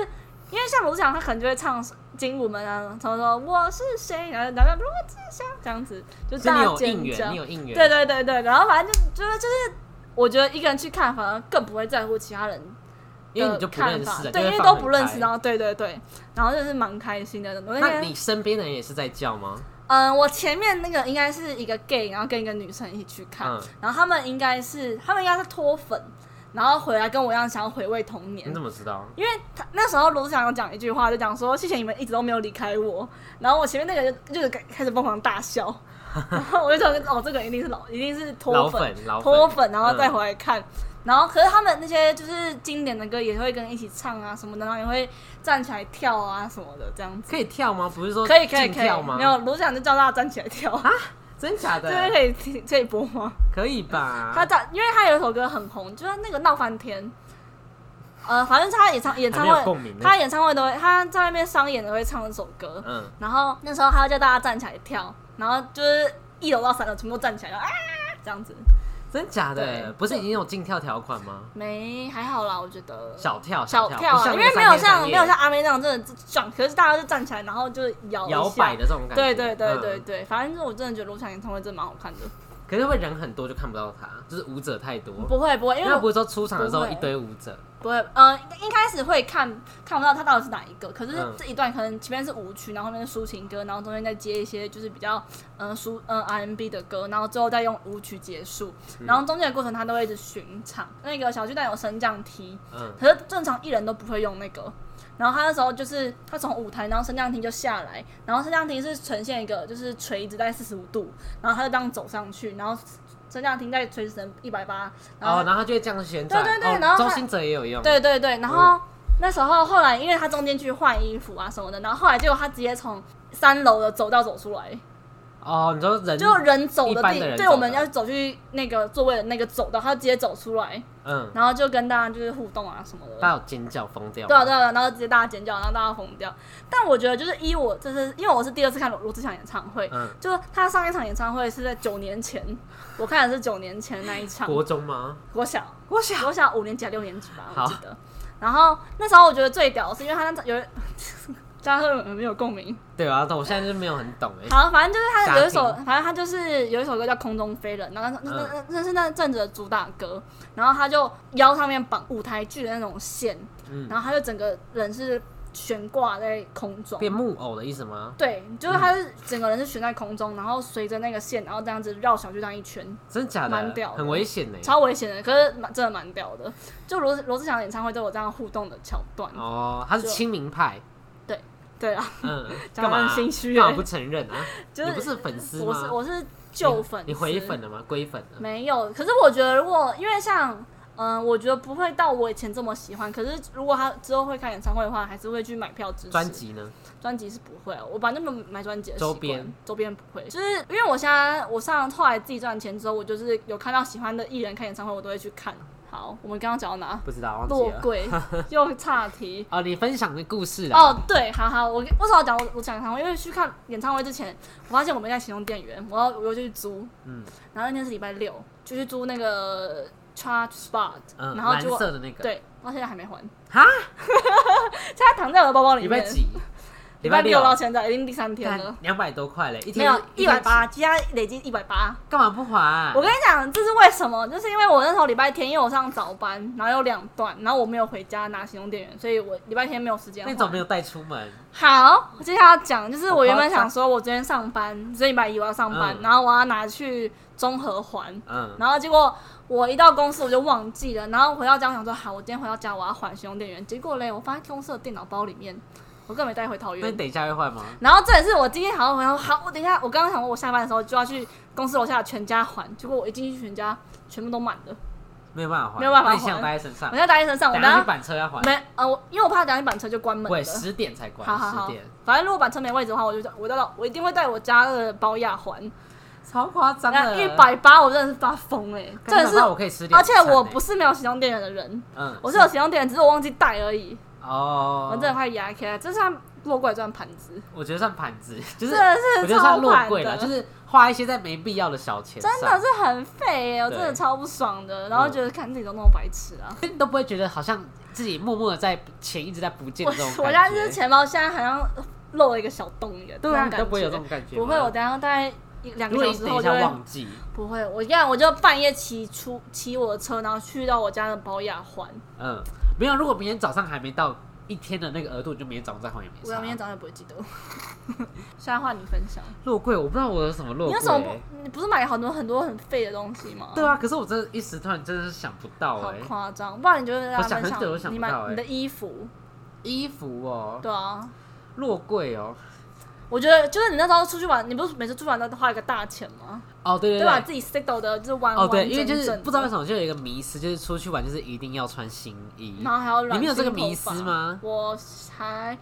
S1: 因为像罗志祥，他可能就会唱精武门啊，他说我是谁，啊然后然后罗志祥这样子，就
S2: 所以你
S1: 大家
S2: 有应
S1: 尖叫
S2: 援，你，有应援。
S1: 对对对对，然后反正就就是就是，我觉得一个人去看反而更不会在乎其他人
S2: 因为你就不认
S1: 看
S2: 识
S1: 法对，
S2: 了，就
S1: 因
S2: 会
S1: 为
S2: 放
S1: 都
S2: 很
S1: 不认识，
S2: 开
S1: 然后对对对，然后就是蛮开心的。我那
S2: 那
S1: 天，
S2: 你身边的人也是在叫吗？
S1: 嗯，我前面那个应该是一个 gay，然后跟一个女生一起去看，
S2: 嗯，
S1: 然后他们应该是他们应该是脱粉，然后回来跟我一样想要回味童年
S2: 你。怎么知道？
S1: 因为他那时候罗志祥有讲一句话，就讲说谢谢你们一直都没有离开我。然后我前面那个人就就是开始疯狂大 笑，然后我就想哦，这个一定是老，一定是脱
S2: 老
S1: 粉，
S2: 粉，嗯老
S1: 脱粉，然后再回来看。然后，可是他们那些就是经典的歌也会跟人一起唱啊什么的，然后也会站起来跳啊什么的，这样子。
S2: 可以跳吗？不是说
S1: 可以可以
S2: 禁
S1: 可以
S2: 跳，吗？啊
S1: 没有罗志祥就叫大家站起来 跳，
S2: 真假
S1: 这边
S2: 的？
S1: 可以听可以播吗？
S2: 可以吧？
S1: 他站，因为他有一首歌很红，就是那个闹翻天。呃，反正他演唱演
S2: 还
S1: 唱
S2: 没有
S1: 会，
S2: 共鸣呢。
S1: 他演唱会都会他在那边商演都会唱这首歌。
S2: 嗯，
S1: 然后那时候他就叫大家站起来跳，然后就是一楼到三楼全部都站起来，然后啊这样子。
S2: 真假
S1: 对
S2: 的？不是已经有禁跳条款吗？
S1: 没还好啦，我觉得。
S2: 小跳
S1: 小
S2: 跳，
S1: 跳
S2: 不
S1: 啊，
S2: 像
S1: 因
S2: 那
S1: 为
S2: 个
S1: 没有
S2: 三
S1: 像
S2: 天三
S1: 没
S2: 夜
S1: 有像阿妹那样真的撞，可是大家就站起来，然后就摇一下
S2: 摇摆。的这种感觉。
S1: 对对对对
S2: 嗯。
S1: 对，反正我真的觉得卢翔演唱会真的蛮好看的。
S2: 可是会人很多就看不到他，就是舞者太多。
S1: 不会不会，因为
S2: 那
S1: 我
S2: 不是说出场的时候
S1: 不会
S2: 一堆舞者，
S1: 不会，呃，一开始会看看不到他到底是哪一个，可是
S2: 嗯
S1: 这一段可能前面是舞曲，然后后面是抒情歌，然后中间再接一些就是比较嗯抒嗯 RMB 的歌，然后最后再用舞曲结束，
S2: 嗯
S1: 然后中间的过程他都会一直巡场。那个小巨蛋有升降梯，
S2: 嗯，
S1: 可是正常艺人都不会用那个。然后他那时候就是他从舞台，然后升降梯就下来，然后升降梯是呈现一个就是垂直在四十五度，然后他就这样走上去，然后升降厅再垂直成一百八，然后
S2: 哦，然嗯后它就会这样旋转。
S1: 对对对
S2: 哦
S1: 然后
S2: 周
S1: 它
S2: 星哲也有用。
S1: 对对对，然后那时候后来，因为他中间去换衣服啊什么的，然后后来结果他直接从三楼的走道走出来，
S2: 哦，你说人
S1: 就人走
S2: 一
S1: 的
S2: 般
S1: 地，
S2: 的人
S1: 对，
S2: 走
S1: 我们
S2: 的
S1: 要走去那个座位的那个走道，他直接走出来，
S2: 嗯，
S1: 然后就跟大家就是互动啊什么的。
S2: 大家有尖叫疯掉。
S1: 对啊，对啊，对啊然后直接大家尖叫，然后大家疯掉。但我觉得就是依我，就是因为我是第二次看罗罗志祥演唱会，
S2: 嗯，
S1: 就是他上一场演唱会是在九年前，我看的是九年前那一场，
S2: 国中吗？
S1: 国小，
S2: 我想
S1: 我小五年级还六年级吧，
S2: 好
S1: 我记得。然后那时候我觉得最屌的是因为他那有 大家会有没有共鸣？
S2: 对啊，但我现在就没有很懂哎。
S1: 好，反正就是他有一首
S2: 家，
S1: 反正他就是有一首歌叫《空中飞人》，然后那那
S2: 嗯
S1: 那那是那阵子的主打歌，然后他就腰上面绑舞台剧的那种线，
S2: 嗯
S1: 然后他就整个人是悬挂在空中。
S2: 变木偶的意思吗？
S1: 对，就是他是整个人是悬在空中，然后随着那个线，然后这样子绕小巨蛋一圈，
S2: 真的假
S1: 蛮屌的
S2: 很危险呢。
S1: 超危险的，可是蛮真的蛮屌的。就罗罗志祥演唱会都有这样互动的桥段，
S2: 哦，他是
S1: 就
S2: 亲民派。
S1: 对啊，
S2: 嗯，
S1: 讲
S2: 干
S1: 得
S2: 嘛
S1: 很心虚
S2: 干嘛
S1: 欸
S2: 不承认啊？
S1: 就是
S2: 你不是粉丝吗？
S1: 我是我是旧粉丝
S2: 你回粉了吗？归粉了？
S1: 没有。可是我觉得，如果因为像嗯、我觉得不会到我以前这么喜欢。可是如果他之后会看演唱会的话，还是会去买票支持。
S2: 专辑呢？
S1: 专辑是不会，我把那么买专辑的习惯
S2: 周边
S1: 周边不会，就是因为我现在我上后来自己赚钱之后，我就是有看到喜欢的艺人看演唱会，我都会去看。好，我们刚刚讲到哪？
S2: 不知道，忘
S1: 落
S2: 记了。
S1: 跪又岔题。
S2: 哦，你分享的故事啦。
S1: 哦，对，好好，我为什么要讲我我讲演唱会？因为去看演唱会之前，我发现我们在启用店员，我要我就去租，
S2: 嗯
S1: 然后那天是礼拜六，就去租那个 Charge Spot，、
S2: 嗯，
S1: 然后
S2: 蓝
S1: 结果
S2: 色的那个。，
S1: 对，到现在还没还，
S2: 哈，
S1: 现在躺在我的包包里
S2: 礼拜
S1: 面，
S2: 几？
S1: 礼拜
S2: 六啊
S1: 到现在已经第三天了
S2: 看。两百多块嘞，一
S1: 没
S2: 天
S1: 有一百，
S2: 天
S1: 八，加累积一百八。
S2: 干嘛不还
S1: 我？跟你讲，这是为什么？就是因为我那时候礼拜天，因为我上早班，然后有两段，然后我没有回家拿行动电源，所以我礼拜天没有时间还。
S2: 那种没有带出门，
S1: 好，我接下来要讲，就是
S2: 好
S1: 我原
S2: 夸
S1: 本想
S2: 张
S1: 说，我今天上班，所以礼拜一我要上班，
S2: 嗯
S1: 然后我要拿去中和还，
S2: 嗯，
S1: 然后结果我一到公司我就忘记了，然后回到家我想说，好，我今天回到家我要还行动电源，结果嘞，我发现公司的电脑包里面，我根本没带回桃
S2: 那你
S1: 园。
S2: 等一下会换吗？
S1: 然后这也是我今天好像回头，好，我等一下，我刚刚想说我下班的时候就要去公司楼下的全家还，结果我一进去全家全部都满的，
S2: 没有办法还，
S1: 没有办法
S2: 那你现在
S1: 还
S2: 带在身
S1: 我
S2: 上
S1: 现，在待在身上，我
S2: 等
S1: 等
S2: 下去
S1: 下
S2: 板车要还，
S1: 没呃，我因为我怕等下去板车就关门
S2: 喂，
S1: 了。
S2: 十点才关
S1: 好，好
S2: 十
S1: 好
S2: 点，，
S1: 反正如果板车没位置的话，我就我到我一定会带我家的保雅环，
S2: 超夸张的，
S1: 一百八我真的是发疯哎、欸，真
S2: 干
S1: 的
S2: 哪
S1: 是
S2: 怕，我可以吃两
S1: 而且
S2: 餐欸，
S1: 我不是没有行动电源的人，
S2: 嗯，
S1: 我是有行动电源，只是我忘记带而已，
S2: 哦，
S1: 我真的快牙开了，这算落柜算盘子，
S2: 我觉得算盘 子，就是
S1: 真的
S2: 我
S1: 是
S2: 觉得算
S1: 超
S2: 落
S1: 盘
S2: 柜了，就
S1: 的。
S2: 是花一些在没必要的小钱上，
S1: 真的是很废、欸，我真的
S2: 对嗯
S1: 超不爽的，然后觉得看自己都那么白痴啊！
S2: 你都不会觉得好像自己默默的在钱一直在不见
S1: 我
S2: 的这种
S1: 我家
S2: 感
S1: 就
S2: 觉
S1: 是钱包现在好像漏了一个小洞一样，
S2: 对啊，
S1: 这种感
S2: 你都不会有这
S1: 觉
S2: 种感觉吗，
S1: 不会，我等一下大概一两
S2: 如
S1: 个小
S2: 果你
S1: 时
S2: 等
S1: 后
S2: 一
S1: 就
S2: 下
S1: 会
S2: 忘记，
S1: 不会，我一样，我就半夜骑出骑我的车，然后去到我家的保雅环。
S2: 嗯，没有，如果明天早上还没到一天的那个额度，你就明天早上再还也没
S1: 我要
S2: 差。
S1: 明天早上也不会记 得。现在换你分享，
S2: 落柜，我不知道我有什么落
S1: 你
S2: 柜、
S1: 有什么不？你不是买了很多很多很废的东西吗？
S2: 对，啊，可是我真的一时突然真的是想不到
S1: 好
S2: 哎、
S1: 夸张，不然你就让大家
S2: 我想很久都
S1: 分享
S2: 想不
S1: 你买
S2: 到欸
S1: 你的衣服。
S2: 衣服哦、
S1: 对啊，
S2: 落柜哦、
S1: 我觉得就是你那时候出去玩，你不是每次出去玩都花一个大钱吗？
S2: 哦对对
S1: 对吧？自己 settle 的就是完
S2: 哦
S1: 完
S2: 对，
S1: 整
S2: 因为就是
S1: 整的
S2: 不知道为什么就有一个迷思，就是出去玩就是一定要穿新衣，
S1: 然后还要染
S2: 嗯你没有这个
S1: 新头
S2: 迷思
S1: 发
S2: 吗
S1: 我还，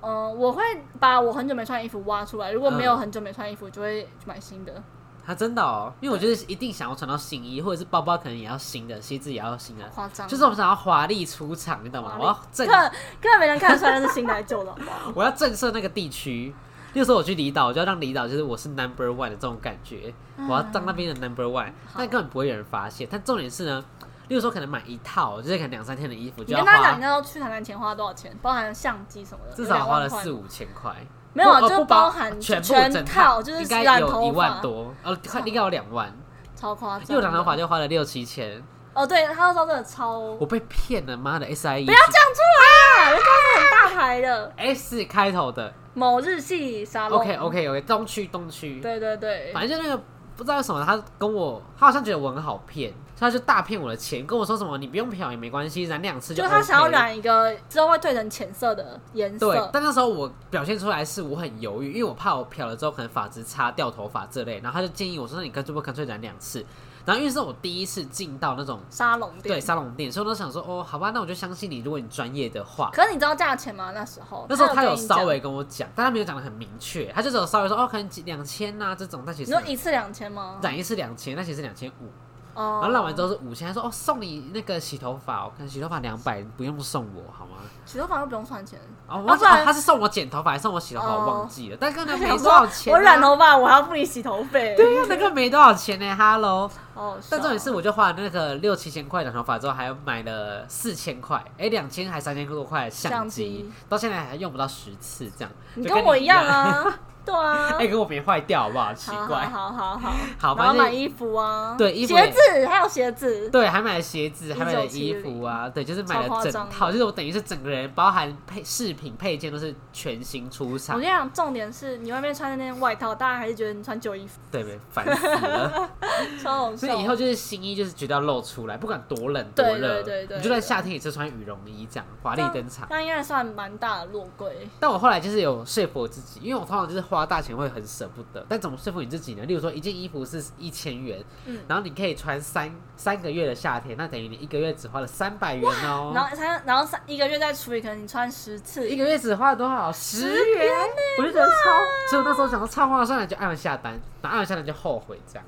S1: 嗯、我会把我很久没穿衣服挖出来，如果没有
S2: 嗯
S1: 很久没穿衣服，就会去买新的。
S2: 他真的哦、因为我就是一定想要穿到新衣，或者是包包可能也要新的，鞋子也要新的，
S1: 夸张，
S2: 就是我们想要华丽出场，你懂吗？
S1: 嗯华丽
S2: 我要 震，
S1: 看根本没人看得出来那是新来旧的， 好不好？
S2: 我要震慑那个地区。那时候我去离岛，我就要让离岛就是我是 number one 的这种感觉，
S1: 嗯
S2: 我要当那边的 number one，但根本不会有人发现。但重点是呢，例如说可能买一套，就是可能两三天的衣服
S1: 你
S2: 就要
S1: 跟大家讲，你
S2: 花
S1: 那时候去台南前花多少钱？包含相机什么的，
S2: 至少花了
S1: 有两万块
S2: 四。五千块，
S1: 没有啊，
S2: 不
S1: 就
S2: 哦
S1: 是
S2: 不
S1: 包含
S2: 全部整
S1: 套，就是
S2: 应该
S1: 染
S2: 有
S1: 头
S2: 一
S1: 发
S2: 万，多，呃，快应该有两万，
S1: 超夸张的。
S2: 因为我染头发就花了六七千，
S1: 哦，对，他那时候真的超，
S2: 我被骗了，妈的 E SIE
S1: 不要讲出来啊，人家是很大牌的
S2: S 开头的
S1: 某日系沙龙。
S2: ，OK OK OK，东区东区，
S1: 对对对，
S2: 反正就那个不知道为什么，他跟我，他好像觉得我很好骗，所以他就大骗我的钱，跟我说什么你不用漂也没关系，染两次
S1: 就
S2: OK
S1: 他想要。染一个之后会褪成浅色的颜
S2: 对
S1: 色，，
S2: 但那时候我表现出来是我很犹豫，因为我怕我漂了之后可能发质差、掉头发这类，然后他就建议我说：“那你干脆不干脆染两次？”然后因为是我第一次进到那种
S1: 沙龙店。
S2: 对沙龙店，所以我都想说，哦，好吧，那我就相信你，如果你专业的话。
S1: 可是你知道价钱吗？那时候
S2: 那时候
S1: 他
S2: 他
S1: 有
S2: 有
S1: 跟你讲
S2: 稍微，跟我讲，但他没有讲的很明确，他就只有稍微说哦，可能几两千呐这种，但其
S1: 你
S2: 实
S1: 说一次两千吗？
S2: 染一次两千，那其实两千五，
S1: 哦，
S2: 然后染完之后是五千，他说哦送你那个洗头发，我看洗头发两百，不用送我好吗？
S1: 洗头发又不用算钱。
S2: 哦，我忘记、
S1: 啊不
S2: 哦、
S1: 然
S2: 他是送我剪头发还是送我洗头发，我
S1: 哦
S2: 忘 记了，但根本没
S1: 想
S2: 多
S1: 说
S2: 少钱、啊，
S1: 我染头发，我还要付你洗头费。
S2: 对呀、那个没多少 钱呢、哈喽。
S1: 哦，
S2: 但重点是，我就花了那个六七千块染头发之后，还买了四千块，哎，两千还三千多块的相
S1: 相
S2: 机
S1: 机，
S2: 到现在还用不到十次这样。
S1: 你
S2: 就
S1: 跟我一样！ 啊，对啊。
S2: 哎，跟我别坏掉好不好？奇
S1: 好
S2: 怪。
S1: 好好好
S2: 好
S1: 好，然后
S2: 反正
S1: 买衣服啊，
S2: 对衣服也
S1: 鞋子还有鞋子，
S2: 对，还买了鞋子，还买了
S1: 1970
S2: 衣服啊，对，就是买
S1: 超夸
S2: 了整
S1: 张的
S2: 套，就是我等于是整个人，包含配饰品配件都是全新出
S1: 我
S2: 厂
S1: 跟你，讲，重点是你外面穿的那件外套，大家还是觉得你穿旧衣服，
S2: 对，烦 死了。
S1: 超好
S2: 所
S1: 笑。
S2: 以以后就是新衣就是绝对要露出来，不管多冷多
S1: 对对
S2: 热，
S1: 对对啊
S2: 你就在夏天也是穿羽绒衣这样华丽登场。
S1: 那应该算蛮大的落柜。
S2: 但我后来就是有说服我自己，因为我通常就是花大钱会很舍不得，但怎么说服你自己呢？例如说一件衣服是一千元，
S1: 嗯
S2: 然后你可以穿三三个月的夏天，那等于你一个月只花了三百元哦、
S1: 然后三，然后三一个月再除以，可能你穿十次，
S2: 一个月只花了多少？十元，
S1: 啊
S2: 我就觉得超，所以我那时候想到超划算的，就按了下单，然后按了下单就后悔这样，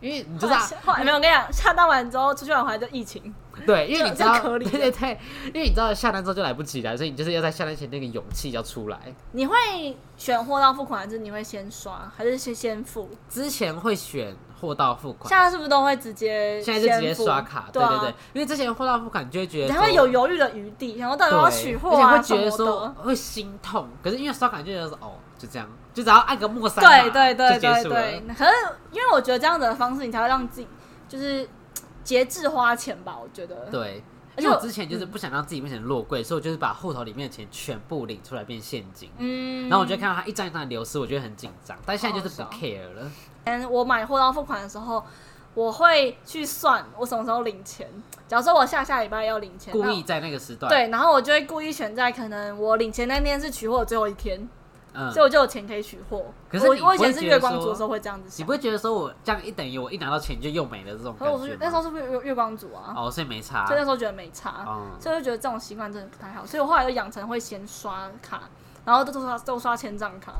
S2: 因为你知
S1: 后
S2: 道
S1: 来，后来没有，我跟你讲，下单完之后出去玩回来就疫情，
S2: 对，因为
S1: 就
S2: 你知道，
S1: 就可
S2: 对
S1: 怜了
S2: 对对，因为你知道下单之后就来不及了，所以你就是要在下单前那个勇气要出来。
S1: 你会选货到付款，还是你会先刷，还是先先付？
S2: 之前会选货到付款
S1: 现。在是不是都会直接
S2: 现在就直接
S1: 先付
S2: 刷卡，
S1: 对
S2: 对
S1: 啊
S2: 对对，因为之前货到付款你就会觉得
S1: 你还
S2: 说
S1: 会有犹豫的余地，然后到底
S2: 对，
S1: 要不要取货
S2: 而
S1: 啊
S2: 且会觉得
S1: 什么
S2: 说
S1: 的。
S2: 会心痛，可是因为刷卡就觉得说哦就这样，就只要按个莫三码
S1: 对对对
S2: 就结
S1: 对
S2: 束了
S1: 对，，可是因为我觉得这样子的方式，你才会让自己就是嘖节制花钱吧，我觉得。
S2: 对。
S1: 而且
S2: 因为我
S1: 我
S2: 之前就是不想让自己变成落柜，所以我就是把户头里面的钱全部领出来变现金，
S1: 嗯
S2: 然后我就看到它一张一张的流失，我觉得很紧张。但现在就是不
S1: 好好
S2: care 了，
S1: 嗯，我买货到付款的时候，我会去算我什么时候领钱。假如说我下下礼拜要领钱，
S2: 故
S1: 那
S2: 意在那个时段，，
S1: 对，然后我就会故意选在可能我领钱那天是取货的最后一天，
S2: 嗯
S1: 所以，我就有钱可以取货。
S2: 可是你
S1: 我我以
S2: 不会
S1: 前是
S2: 觉
S1: 月
S2: 得
S1: 光
S2: 说
S1: 族的时候会这样子
S2: 你
S1: 想
S2: 不，会觉得说我这样一等于我一拿到钱就又没了这种
S1: 可
S2: 感
S1: 是我是
S2: 觉
S1: 那时候
S2: 吗？
S1: 是不是月月光族啊？
S2: 哦，所以没差
S1: 所以，那时候觉得没差，
S2: 嗯，
S1: 所以我就觉得这种习惯真的不太好，所以我后来就养成会先刷卡，然后都都刷都刷千账卡，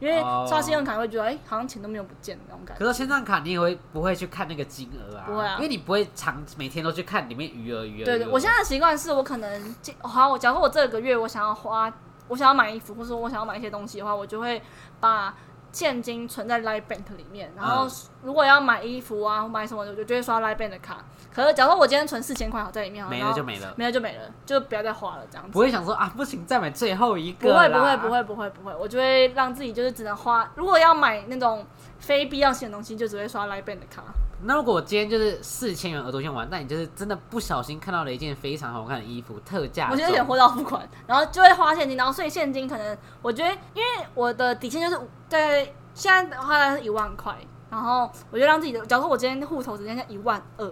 S1: 因为
S2: 哦
S1: 刷信用卡会觉得哎、好像钱都没有不见的那种感
S2: 可
S1: 觉。
S2: 是签账卡你也会不会去看那个金额啊？
S1: 不会啊
S2: 因为你不会常每天都去看里面余额余额。
S1: 对
S2: 余
S1: 对，
S2: 额
S1: 我现在的习惯是我可能今好，我假如说我这个月我想要花，我想要买衣服，或者说我想要买一些东西的话，我就会把现金存在 Line Bank 里面，然后
S2: 嗯
S1: 如果要买衣服啊，买什么的，我就就会刷 Line Bank 的卡。可是假如说我今天存四千块好在里面好，
S2: 没
S1: 然
S2: 了
S1: 后
S2: 就没了，
S1: 没了就没了，就不要再花了这样子
S2: 不。会想说啊，不行，再买最后一
S1: 不
S2: 个
S1: 会
S2: 啦。
S1: 不会不会不会不会，我就会让自己就是只能花，如果要买那种非必要性的东西，就只会刷 Line Bank 的卡。
S2: 那如果我今天就是四千元额度用完，那你就是真的不小心看到了一件非常好看的衣服，特价中。
S1: 我觉得有点货到付款，然后就会花现金，然后所以现金可能我觉得，因为我的底线就是五对，现在的话大概是一万块，然后我就让自己的，假如说我今天户头只剩下一万二。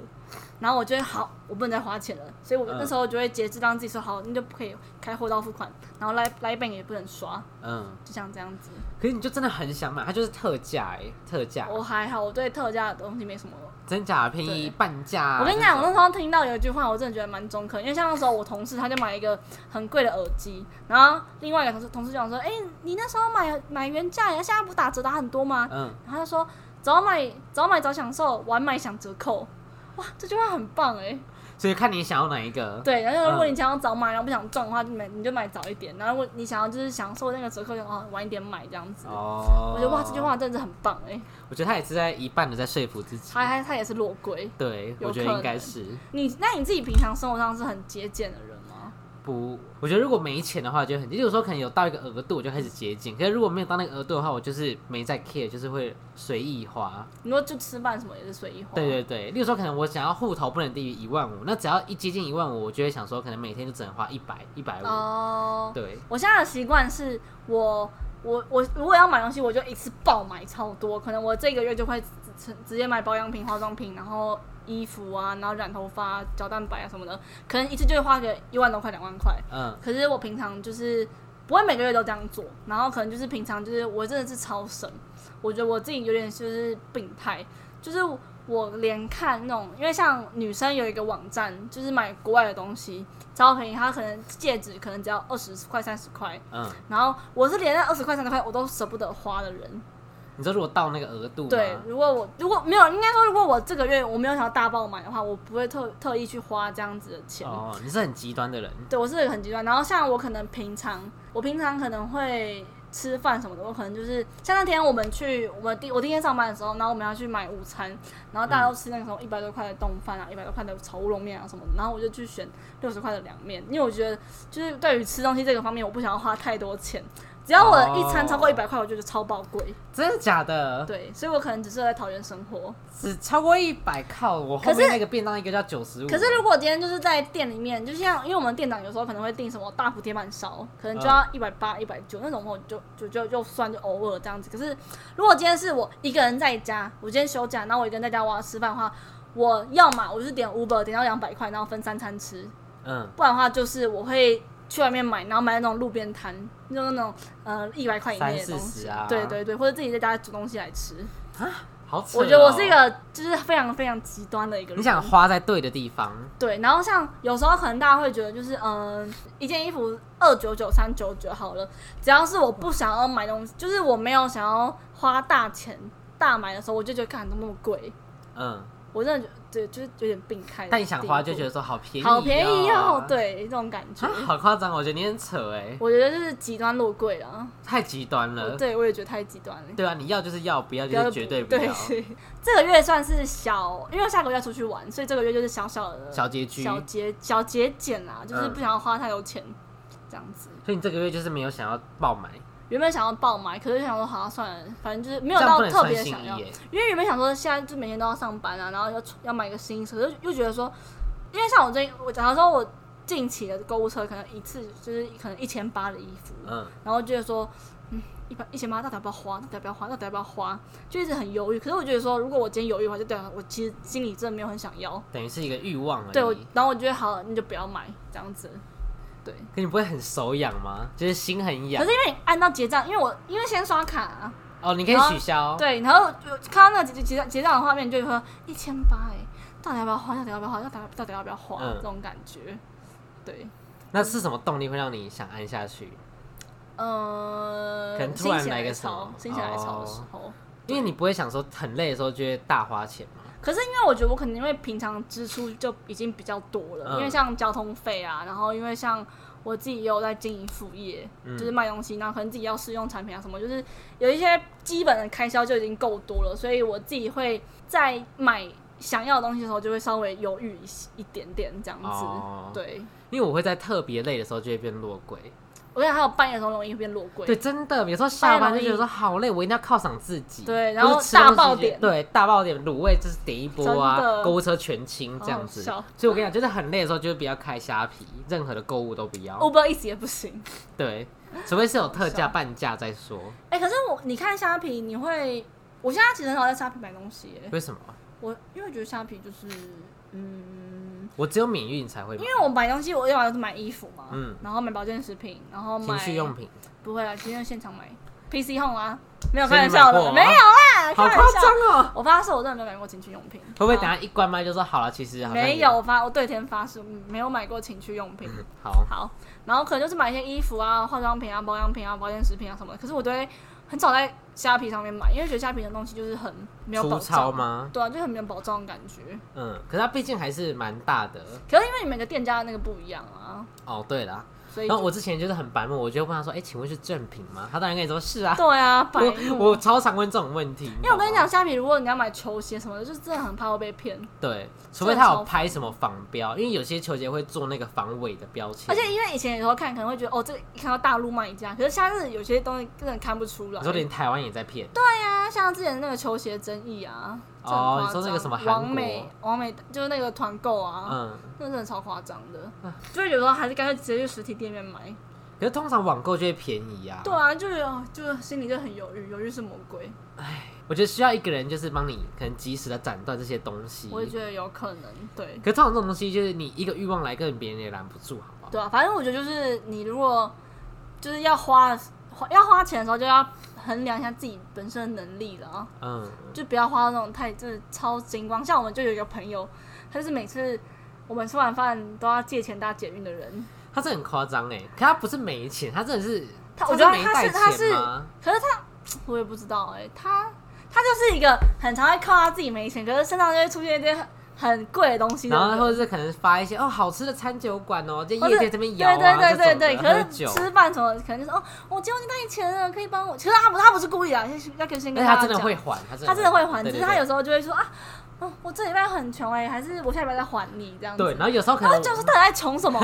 S1: 然后我觉得好，我不能再花钱了，所以我
S2: 嗯
S1: 那时候就会节制，让自己说好，那就不可以开货到付款，然后来来 bank 也不能刷，
S2: 嗯，
S1: 就像这样子。
S2: 可是你就真的很想买，它就是特价哎、特价，
S1: 我还好，我对特价的东西没什么
S2: 真假便宜
S1: 对
S2: 半价啊、
S1: 我跟你讲，我
S2: 这
S1: 那
S2: 种
S1: 时候听到有一句话，我真的觉得蛮中肯，因为像那时候我同事他就买一个很贵的耳机，然后另外一个同事同事就讲说：“哎、你那时候买买原价呀，现在不打折打很多吗
S2: 嗯，？”
S1: 然后他说：“早买早买早享受，晚买享折扣。”哇，这句话很棒哎、
S2: 所以看你想要哪一个。
S1: 对，然后如果你想要早买，然后不想赚的话，你买你就买早一点；然后如果你想要就是享受那个折扣，就哦晚一点买这样子。
S2: 哦
S1: 我觉得哇，这句，话真的是很棒哎、
S2: 我觉得他也是在一半的在说服自己。
S1: 他他他也是落龟。
S2: 对，
S1: 有
S2: 我觉得
S1: 可
S2: 应该
S1: 能
S2: 是
S1: 你那你自己平常生活上是很节俭的人吗？不，
S2: 我觉得如果没钱的话，就很，就是有时候可能有到一个额度，我就开始节俭。可是如果没有到那个额度的话，我就是没在 care，就是会随意花。
S1: 你说就吃饭什么也是随意花。
S2: 对对对，例如说可能我想要户头不能低于一万五，那只要一接近一万五，我就会想说，可能每天就只能花一百、一百五。
S1: 哦、
S2: 对，
S1: 我现在的习惯是我我我如果要买东西，我就一次爆买超多，可能我这个月就会直直接买保养品、化妆品，然后衣服啊，然后染头发、啊、角蛋白啊什么的，可能一次就会花个一万多块、两万块。
S2: 嗯，
S1: 可是我平常就是不会每个月都这样做，然后可能就是平常就是我真的是超省，我觉得我自己有点就是病态，就是我连看那种，因为像女生有一个网站，就是买国外的东西超便宜，它可能戒指可能只要二十块三十块，
S2: 嗯，
S1: 然后我是连那二十块三十块我都舍不得花的人。
S2: 你说如果到那个额度吗，
S1: 对，如果我如果没有，应该说如果我这个月我没有想要大爆买的话，我不会特特意去花这样子的钱。
S2: 哦，你是很极端的人，
S1: 对我是很极端。然后像我可能平常，我平常可能会吃饭什么的，我可能就是像那天我们去我们第我第一天上班的时候，然后我们要去买午餐，然后大家都吃那个什么一百多块的冻饭啊，一百多块的炒乌龙面啊什么的，然后我就去选六十块的凉面，因为我觉得就是对于吃东西这个方面，我不想要花太多钱。只要我的一餐超过
S2: 哦啊
S1: 一百块，我就觉得超宝贵。
S2: 真的假的？
S1: 对，所以我可能只适合在桃园生活。
S2: 只超过一百靠，我后面那个便当一个叫九十五，
S1: 可是如果今天就是在店里面，就像因为我们店长有时候可能会订什么大埔铁板烧，可能就
S2: 嗯
S1: 要一百八、一百九那种，我就就就就算就偶尔这样子。可是如果今天是我一个人在家，我今天休假，然后我一个人在家我要吃饭的话，我要嘛我就是点 Uber 点到两百块，然后分三餐吃，
S2: 嗯，
S1: 不然的话就是我会去外面买，然后买那种路边摊，就是那种呃一百块以内的东
S2: 三四
S1: 西，
S2: 十啊
S1: 对对对，或者自己在家煮东西来吃。
S2: 好扯、哦。
S1: 我觉得我是一，个就是非常非常极端的一个人。
S2: 你想花在对的地方，
S1: 对，然后像有时候可能大家会觉得就是，嗯、一件衣服二九九、三九九好了，只要是我不想要买东西，就是我没有想要花大钱大买的时候，我就觉得看怎么那么贵，
S2: 嗯，
S1: 我真的觉得对，就是有点病态的地步。
S2: 但你想花就觉得说好便宜、
S1: 好便宜
S2: 哦
S1: 哦，，对，这种感觉
S2: 啊，，好夸张，我觉得你很扯哎，
S1: 我觉得就是极端落贵了。
S2: 太极端了。
S1: 对，我也觉得太极端了。
S2: 嗯对啊，你要就是要，不要
S1: 不
S2: 就
S1: 要
S2: 是绝对不
S1: 对
S2: 要。，
S1: 这个月算是小，因为下个月要出去玩，所以这个月就是小小的
S2: 小拮据
S1: 小节小节俭啦，就是
S2: 嗯
S1: 不想要花太多钱，这样子。
S2: 所以你这个月就是没有想要爆买，
S1: 原本想要爆买，可是想说好、啊、算了，反正就是没有
S2: 这样
S1: 到
S2: 不能
S1: 特
S2: 穿
S1: 别
S2: 新
S1: 想
S2: 衣
S1: 要，
S2: 耶。
S1: 因为原本想说现在就每天都要上班啊，然后要出要买个新车，又又觉得说，因为像我最近，我假如说我近期的购物车可能一次就是可能一千八的衣服，
S2: 嗯，
S1: 然后觉得说，嗯，一百一千八到底要不要花，到底要不要花，到底要不要花，就一直很犹豫。可是我觉得说，如果我今天犹豫的话，就代表我其实心里真的没有很想要，
S2: 等于是一个欲望而已。
S1: 对我，然后我觉得好，那就不要买这样子，对。
S2: 可你不会很手痒吗？就是心很
S1: 可
S2: 痒
S1: 是。因为你按到结账，因为我因为先刷卡、啊。
S2: 哦，你可以取消。，
S1: 对，然后就看到那个结结账结账的画面，就会说一千八哎，到底要不要花？到底要不要花？到底到底要不要花？
S2: 嗯
S1: 这种感觉，对，
S2: 那是什么动力会让你想按下去？
S1: 呃，
S2: 可能突
S1: 心
S2: 然
S1: 血
S2: 来
S1: 来
S2: 个什
S1: 潮
S2: 么，
S1: 心血来潮的
S2: 哦
S1: 时候。
S2: 因为你不会想说很累的时候就会大花钱嘛。
S1: 可是因为我觉得我可能因为平常支出就已经比较多了，
S2: 嗯
S1: 因为像交通费啊，然后因为像我自己也有在经营副业，
S2: 嗯
S1: 就是卖东西，然后可能自己要试用产品啊什么，就是有一些基本的开销就已经够多了，所以我自己会在买想要的东西的时候就会稍微犹豫一些一点点这样子。
S2: 哦，，
S1: 对，
S2: 因为我会在特别累的时候就会变落龟。
S1: 我想还有半夜的时候容易变落柜，
S2: 对，真的，有时候下班
S1: 太容
S2: 就
S1: 易
S2: 觉得说好累，我一定要犒赏自己。
S1: 对
S2: 或
S1: 然后
S2: 是吃东
S1: 大
S2: 西
S1: 爆
S2: 就
S1: 点
S2: 对，大爆点卤味就是点一波
S1: 真
S2: 啊，
S1: 的
S2: 购物车全清这样子。
S1: 好好笑
S2: 所以我跟你讲，就是很累的时候，就是不要开虾皮，任何的购物都不要。
S1: ，Uber 一直也不行。
S2: 对，除非是有特价
S1: 好笑
S2: 半价再说。
S1: 哎、可是我 你看虾皮，你会，我现在其实很少在虾皮买东西耶，
S2: 为什么？
S1: 我因为我觉得虾皮就是，嗯，
S2: 我只有免运才会买
S1: 因为我买东西，我要么就买衣服嘛，
S2: 嗯
S1: 然后买保健食品，然后买
S2: 情趣用品，
S1: 不会啊，今天现场买 PC Home 啊，没有
S2: 所
S1: 开玩
S2: 以你买
S1: 笑
S2: 过
S1: 的，
S2: 啊
S1: 没有啦，开
S2: 好
S1: 玩
S2: 夸
S1: 笑。
S2: 张哦！
S1: 我发誓，我真的没有买过情趣用品。
S2: 会不会等
S1: 然后
S2: 下一关麦就说好了？其实好像
S1: 没有，我发，我对天发誓，嗯没有买过情趣用品。
S2: 嗯好，
S1: 好，然后可能就是买一些衣服啊、化妆品啊、保养品啊、保健食品啊什么的。可是我都会很少在虾皮上面买，因为觉得虾皮的东西就是很没有保
S2: 粗糙
S1: 障？
S2: 吗？
S1: 对啊，就很没有保障的感觉。
S2: 嗯，可是它毕竟还是蛮大的。
S1: 可是因为你每个店家的那个不一样啊，
S2: 哦，对啦，
S1: 所以
S2: 然
S1: 就
S2: 后我之前就是很白目，我就问他说：“哎、请问是正品吗？”他当然跟你说是啊。
S1: 对啊，白
S2: 我
S1: 目。
S2: 我超常问这种问题，因
S1: 因为我跟你讲，，虾皮如果你要买球鞋什么的，就是真的很怕会被骗。
S2: 对，除非他有拍什么仿标，因为有些球鞋会做那个防伪的标签，
S1: 而且因为以前有时候看可能会觉得哦，这一看到大陆卖家，可是现在是有些东西根本看不出来。
S2: 你说连台湾也在骗，
S1: 啊，像之前那个球鞋争议啊，
S2: 哦
S1: 这很夸张
S2: 你说那个什么韩国
S1: 王美王美就是那个团购啊，
S2: 嗯，
S1: 那真的超夸张的，就有时候还是干脆直接去实体店面买。
S2: 可是通常网购就会便宜啊。
S1: 对，啊，就是哦就是心里就很犹豫，犹豫是魔鬼。
S2: 我觉得需要一个人就是帮你可能及时的斩断这些东西。
S1: 我也觉得有可能，对
S2: 可是通常这种东西就是你一个欲望来，跟别人也拦不住，好不好？
S1: 对啊，反正我觉得就是你如果就是要花花要花钱的时候，就要衡量一下自己本身的能力了啊，
S2: 嗯，
S1: 就不要花那种太就是超精光。像我们就有一个朋友，他就是每次我们吃完饭都要借钱搭捷运的人，
S2: 他这很夸张哎，可他不是没钱，他真的是，
S1: 他
S2: 是
S1: 我觉得
S2: 没
S1: 他是
S2: 带
S1: 他
S2: 钱
S1: 是
S2: 吗
S1: 可是他我也不知道哎、他他就是一个很常会靠他自己没钱，可是身上就会出现一些很很贵的东西的
S2: 然
S1: 人，
S2: 后或者是可能发一些哦好吃的餐酒馆哦，就
S1: 或
S2: 夜
S1: 者
S2: 店这边
S1: 对
S2: 摇啊
S1: 对对对对，
S2: 这种的
S1: 可
S2: 喝
S1: 是
S2: 酒啊
S1: 吃饭什么，可能就是哦，我今天忘记带钱了，可以帮我。其实他不，他不是故意啊，先要跟先
S2: 而
S1: 跟
S2: 哎且他
S1: 大家
S2: 真的
S1: 讲
S2: 会，还，他真的
S1: 他真的会还，
S2: 对
S1: 只
S2: 对
S1: 是他
S2: 对
S1: 有时候就会说啊，哦，我这礼拜很穷哎，还是我下礼拜再还你这样子。
S2: 对，然后有时候可
S1: 然后
S2: 能
S1: 就是到底在穷 什么？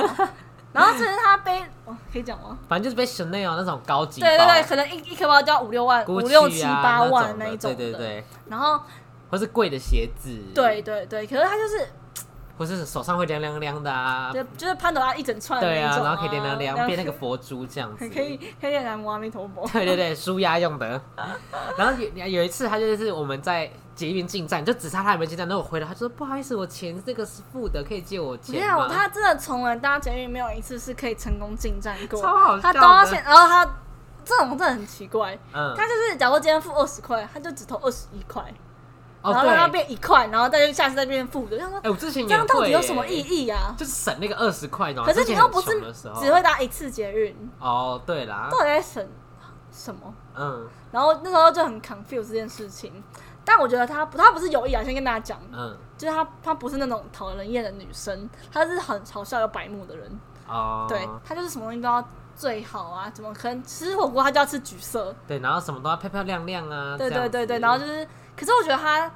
S1: 然后甚至他背，哦，可以讲吗？
S2: 反正就是被 Chanel 那种高级包，
S1: 对对对，可能一一颗包就要五六万、五
S2: Gucci
S1: 六七
S2: 啊
S1: 八万
S2: 那
S1: 一种的。
S2: 的，对对嗯对，
S1: 然后
S2: 或是贵的鞋子，
S1: 对，对对，可是他就是
S2: 或是手上会凉凉凉的啊，
S1: 就就是潘朵拉一整 串的
S2: 对
S1: 那
S2: 啊，
S1: 种
S2: 然后可以凉凉凉，变那
S1: 个
S2: 个佛珠这样子，
S1: 可以 可以练南无阿弥陀 佛。
S2: 对对对，舒压用的。然后有有一次，他就是我们在捷运进站，就只差他还没进站，那我回来，他就说不好意思，我钱这个是付的，可以借我
S1: 我跟你
S2: 钱
S1: 讲，
S2: 吗？
S1: 他真的从来搭捷运没有一次是可以成功进站过，
S2: 超好笑的
S1: 他都要先，然后他这种真的很奇怪，
S2: 嗯，
S1: 他就是假如今天付二十块，他就只投二十一块，
S2: 哦
S1: 然后让他
S2: 对，
S1: 变一块，然后再下次再变负的，他说
S2: 哎，我之前
S1: 这
S2: 也
S1: 样到底
S2: 会
S1: 有什么
S2: 耶
S1: 意？义啊？
S2: 就是省那个二十块，然后
S1: 可是你
S2: 之前
S1: 又
S2: 很
S1: 不是
S2: 穷的时候
S1: 只会搭一次捷运，
S2: 哦，对啦
S1: 到，底在省什么？
S2: 嗯
S1: 然后那时候就很 confused 这件事情，但我觉得他不，他不是有意啊，先跟大家讲，
S2: 嗯
S1: 就是他他不是那种讨人厌的女生，他是很嘲笑有白目的人。
S2: 哦，
S1: 对他就是什么东西都要最好啊，怎么可能吃火锅他就要吃橘色？
S2: 对，然后什么都要漂漂亮亮啊，
S1: 对
S2: 这样
S1: 对
S2: 子
S1: 对对，然后就是，可是我觉得他，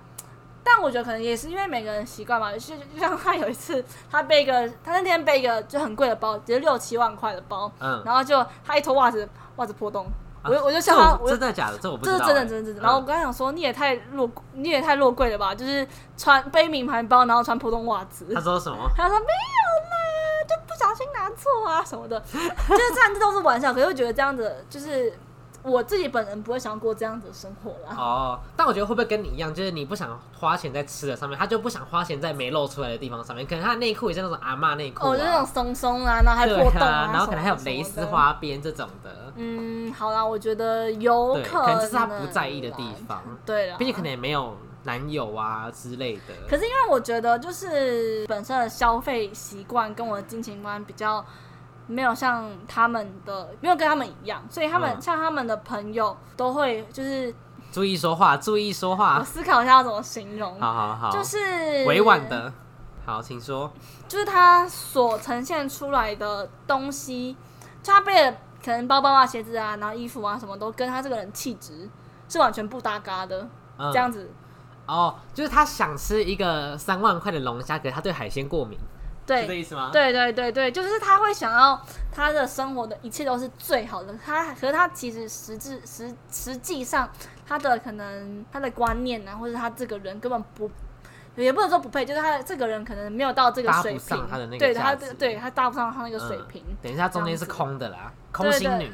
S1: 但我觉得可能也是因为每个人习惯嘛，就是就像他有一次，他背一个，他那天背一个就很贵的包，只是六七万块的包，
S2: 嗯，啊
S1: 然后就他一脱袜子，袜子破洞，我就我就
S2: 这
S1: 笑他，
S2: 我
S1: 我就
S2: 真的假的？这我不
S1: 这
S2: 知
S1: 是
S2: 道
S1: 真
S2: 欸，
S1: 的真的真的。然后我
S2: 嗯
S1: 刚才想说，你也太落你也太落贵了吧，就是穿背名牌包，然后穿破洞袜子。
S2: 嗯他说什么？
S1: 他说没有啦，就不小心拿错啊什么的，就是这样，这都是玩笑。可是我觉得这样子，就是我自己本人不会想要过这样子的生活啦。
S2: 哦，但我觉得会不会跟你一样，就是你不想花钱在吃的上面，他就不想花钱在没露出来的地方上面。可能他的内裤也是那种阿嬷内裤、啊，
S1: 哦，就那种松松啊，然后还破
S2: 对
S1: 洞
S2: 啊，然
S1: 什么
S2: 后可能还有
S1: 什么
S2: 蕾丝
S1: 的。
S2: 花边这种的，
S1: 嗯，好啦，我觉得有
S2: 对，
S1: 能啊
S2: 可能这是他不在意的地
S1: 啦。
S2: 方，
S1: 对啦，
S2: 毕竟可能也没有男友啊之类的。
S1: 可是因为我觉得，就是本身的消费习惯跟我的金钱观比较没有像他们的，没有跟他们一样，所以他们、
S2: 嗯
S1: 像他们的朋友都会，就是
S2: 注意说话，注意说话
S1: 我，思考一下要怎么形容，
S2: 啊好好好，
S1: 就是
S2: 委婉，的。好，请说。
S1: 就是他所呈现出来的东西，就他背的可能包包啊、鞋子啊，然后衣服啊什么都跟他这个人气质是完全不搭嘎的，
S2: 嗯
S1: 这样子。
S2: 哦，就是他想吃一个三万块的龙虾，可是他对海鲜过敏，
S1: 对
S2: 是这，意思吗？，
S1: 对对对对，就是他会想要他的生活的一切都是最好的，他可是他其实实质实实际上他的可能他的观念啊，或者他这个人根本不。也不能说不配，就是他这个人可能没有到这个
S2: 搭不
S1: 水
S2: 上
S1: 平，
S2: 他的那个
S1: 对
S2: 价
S1: 他
S2: 值
S1: 对他搭不上他那个
S2: 嗯
S1: 水平，
S2: 等一下中间是
S1: 这样子
S2: 空的啦，空心女，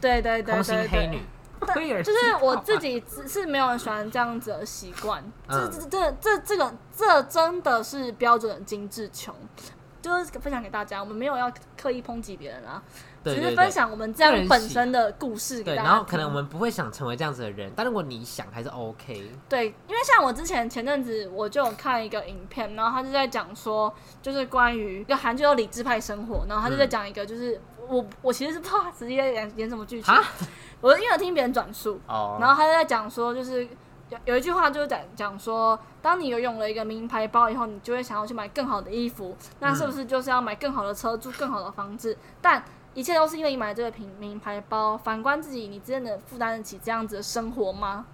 S1: 对对对
S2: 空
S1: 对
S2: 心
S1: 对
S2: 黑女，威尔
S1: 就是
S2: 斯
S1: 我
S2: 套
S1: 自
S2: 娃
S1: 己是是没有很喜欢这样子的习惯，这
S2: 嗯
S1: 这这这这个这真的是标准的精致穷，就是分享给大家，我们没有要刻意抨击别人啊，
S2: 对
S1: 只
S2: 对
S1: 是
S2: 对
S1: 分享我们这
S2: 个
S1: 样
S2: 人
S1: 本
S2: 喜
S1: 身的故事
S2: 对，
S1: 给大家。
S2: 然后可能我们不会想成为这样子的人，但如果你想还是 OK，
S1: 对，因为像我之前前阵子我就有看一个影片，然后他就在讲说，就是关于一个韩剧叫《理智派生活》，然后他
S2: 嗯
S1: 就在讲一个就是、我我其实是不知道他实际在演演什么剧情
S2: 哈，
S1: 我因为有听别人转述，
S2: 哦
S1: 然后他就在讲说，就是有有一句话就是讲讲说，当你有拥了一个名牌包以后，你就会想要去买更好的衣服，那是不是就是要买更好的车，住更好的房子？但一切都是因为你买这个品名牌包。反观自己，你真的负担得起这样子的生活吗？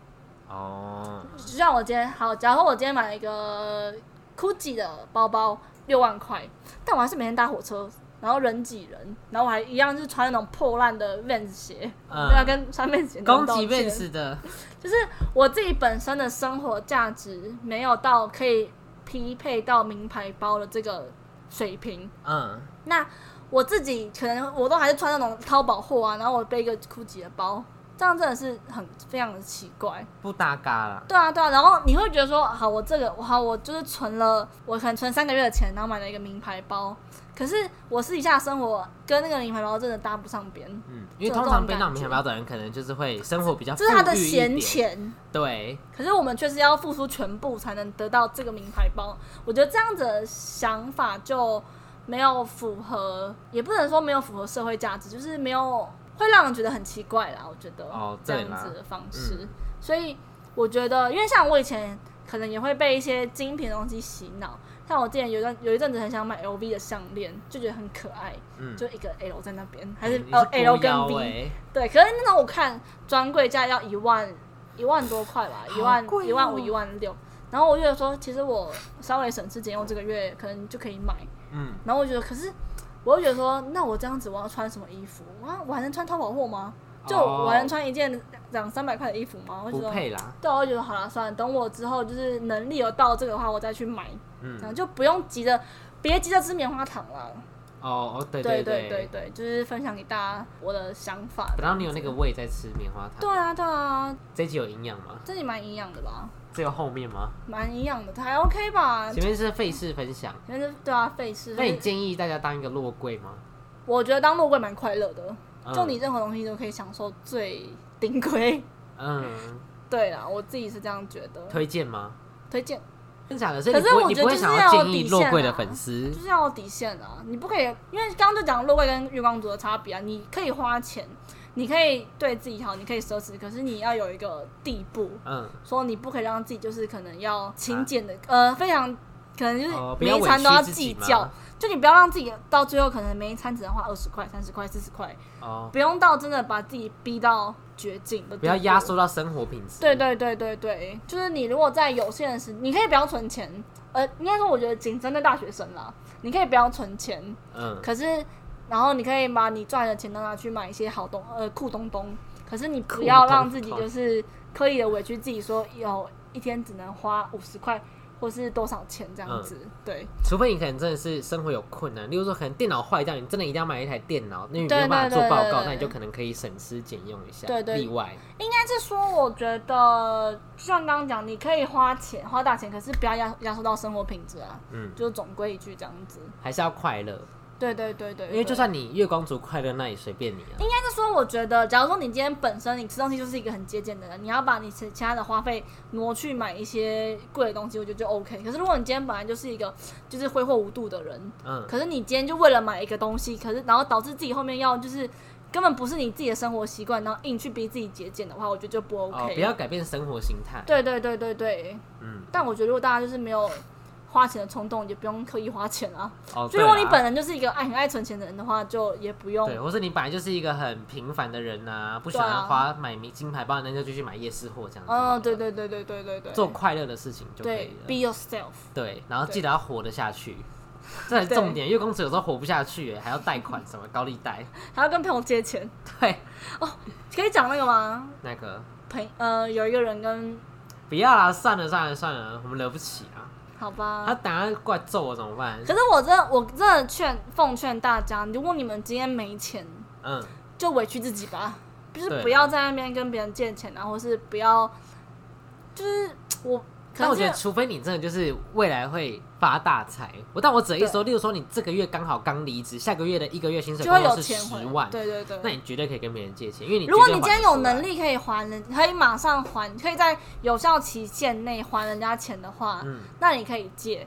S2: 哦，
S1: 就像我今天，好，假如我今天买了一个 GUCCI 的包包，六万块，但我还是每天搭火车，然后人挤人，然后我还一样是穿那种破烂的 Vans 鞋，
S2: 嗯
S1: 对啊，跟穿 Vans 鞋的人
S2: 攻
S1: 道
S2: 击
S1: 歉
S2: Vans 的，
S1: 就是我自己本身的生活价值没有到可以匹配到名牌包的这个水平。
S2: 嗯，
S1: 那我自己可能我都还是穿那种淘宝货啊，然后我背一个 GUCCI 的包，这样真的是很非常的奇怪。
S2: 不搭嘎啦。
S1: 对啊，对啊，然后你会觉得说，好，我这个，好，我就是存了，我可能存三个月的钱，然后买了一个名牌包，可是我私底下的生活跟那个名牌包真的搭不上边，
S2: 嗯，因为
S1: 就
S2: 通
S1: 这
S2: 常
S1: 种
S2: 背
S1: 感
S2: 那种名牌
S1: 觉
S2: 包的人，可能就是会生活比较
S1: 这是他的
S2: 富裕一
S1: 闲
S2: 点。
S1: 钱。
S2: 对，
S1: 可是我们确实要付出全部才能得到这个名牌包，我觉得这样子的想法就没有符合，也不能说没有符合社会价值，就是没有会让人觉得很奇怪啦。我觉得
S2: 哦
S1: 这
S2: 对
S1: 样
S2: 啦
S1: 子的方式，
S2: 嗯
S1: 所以我觉得，因为像我以前可能也会被一些精品的东西洗脑，像我之前有一段有一阵子很想买 LV 的项链，就觉得很可爱，
S2: 嗯，哎
S1: 就一个 L 在那边，还是
S2: 你
S1: 呃
S2: 是不
S1: L 跟
S2: 腰
S1: V，、
S2: 欸
S1: 对，可是那种我看专柜价要一万一万多块吧，一万
S2: 贵哦
S1: 一万五一万六，然后我就觉得说，其实我稍微省吃俭用，这个月可能就可以买。
S2: 嗯，
S1: 然后我觉得，可是我又觉得说，那我这样子我要穿什么衣服？啊，我还能穿淘宝货吗？就
S2: 哦
S1: 我还能穿一件两三百块的衣服吗？我就觉
S2: 不
S1: 得，
S2: 配啦。
S1: 对啊，我就觉得好了，算了，等我之后就是能力有到这个的话，我再去买，
S2: 嗯
S1: 然，后就不用急着，别急着吃棉花糖了。
S2: 哦哦，对
S1: 对
S2: 对
S1: 对。对，就是分享给大家我的想法。
S2: 等到你有那个胃再吃棉花糖
S1: 对。啊，对啊，
S2: 这一集有营养吗？
S1: 这里蛮营养的吧？
S2: 只有后面吗？
S1: 蛮营养的，还 OK 吧？
S2: 前面是费事分享。
S1: 反正对啊，费事。
S2: 那你
S1: 就是
S2: 建议大家当一个落柜吗？
S1: 我觉得当落柜蛮快乐的，
S2: 嗯
S1: 就你任何东西都可以享受最顶规。
S2: 嗯，
S1: 对啦，我自己是这样觉得，
S2: 推荐吗？
S1: 推荐
S2: 真假的？所以
S1: 可
S2: 你
S1: 是
S2: 不会
S1: 我
S2: 你
S1: 觉得
S2: 不
S1: 就
S2: 会
S1: 是
S2: 想
S1: 要有
S2: 建议
S1: 底
S2: 落
S1: 线
S2: 柜的
S1: 啊
S2: 粉丝
S1: 就是要有底线啊，你不可以，因为刚刚就讲落柜跟月光族的差别啊，你可以花钱，你可以对自己好，你可以奢侈，可是你要有一个地步，
S2: 嗯，
S1: 说你不可以让自己就是可能要勤俭的，呃，非常可能就是
S2: 哦不
S1: 每
S2: 要
S1: 一餐都
S2: 委
S1: 要
S2: 屈自
S1: 计
S2: 己嘛
S1: 较，就你不要让自己到最后可能每一餐只能花二十块、三十块、四十块，
S2: 哦，
S1: 不用到真的把自己逼到绝境的，
S2: 不要压。缩到生活品质。
S1: 对对对对对，就是你如果在有限的时，你可以不要存钱，呃，应该说我觉得仅针对大学生啦，你可以不要存钱，
S2: 嗯，
S1: 可是然后你可以把你赚的钱都拿去买一些好东呃酷东东，可是你不要让自己就是刻意的委屈自己，说有一天只能花五十块或是多少钱这样
S2: 嗯
S1: 子。对
S2: 除非你可能真的是生活有困难，例如说可能电脑坏掉，你真的一定要买一台电脑，那你没
S1: 对
S2: 有办法
S1: 对
S2: 做
S1: 对
S2: 报
S1: 对
S2: 告，
S1: 对
S2: 那你就可能可以省吃俭用一下。
S1: 对对
S2: 例外。
S1: 应该是说，我觉得就像刚刚讲，你可以花钱花大钱，可是不要压压缩到生活品质啊，
S2: 嗯，
S1: 就是总归一句这样子。
S2: 还是要快乐，
S1: 对对对对
S2: 因为就
S1: 对
S2: 算你月光族快乐，那也随便你啊。
S1: 应该是说，我觉得，假如说你今天本身你吃东西就是一个很节俭的人，你要把你其其他的花费挪去买一些贵的东西，我觉得就 OK。可是如果你今天本来就是一个就是挥霍无度的人，
S2: 嗯，
S1: 可是你今天就为了买一个东西，可是然后导致自己后面要就是根本不是你自己的生活习惯，然后硬去逼自己节俭的话，我觉得就不 OK。
S2: 哦，不要改变生活形态。
S1: 对对对对对，
S2: 嗯，
S1: 但我觉得如果大家就是没有花钱的冲动，也不用刻意花钱啊。
S2: 哦，
S1: 就如果
S2: 对
S1: 你
S2: 啦
S1: 本人就是一个爱很爱存钱的人的话，就也不用
S2: 对，或是你本来就是一个很平凡的人呐、不喜
S1: 对啊
S2: 欢花买名金牌包，那就去买夜市货这样子。
S1: 嗯，对对对对对对对，
S2: 做快乐的事情就可
S1: 对
S2: 以
S1: ，be
S2: 了。
S1: yourself。
S2: 对，然后记得要活得下去， 这才是重点。因为公子有时候活不下去耶，还要贷款什么高利贷。
S1: 还要跟朋友借钱，哦
S2: 对，
S1: 可以讲那个吗？
S2: 那个
S1: 朋呃，有一个人跟
S2: 不要啦，算了算了算了，我们惹不起啊。
S1: 好吧，
S2: 他等下过来揍我怎么办？
S1: 可是我真的我真的劝奉劝大家，如果你们今天没钱，
S2: 嗯，
S1: 就委屈自己吧，就是
S2: 对啊
S1: 不要在那边跟别人借钱啊，或是不要，就是我，可
S2: 但我
S1: 能
S2: 觉得，
S1: 是
S2: 除非你真的就是未来会发大财，我但我只一说，例如说你这个月刚好刚离职，下个月的一个月薪水
S1: 就会
S2: 工
S1: 有
S2: 作是
S1: 钱
S2: 十
S1: 回
S2: 万
S1: 来，，对对对，
S2: 那你绝对可以跟别人借钱，因为你
S1: 如果
S2: 绝
S1: 你
S2: 对
S1: 今
S2: 还
S1: 天
S2: 得
S1: 有
S2: 出来
S1: 能，力可以还人，可以马上还，可以在有效期限内还人家钱的话，
S2: 嗯
S1: 那你可以借。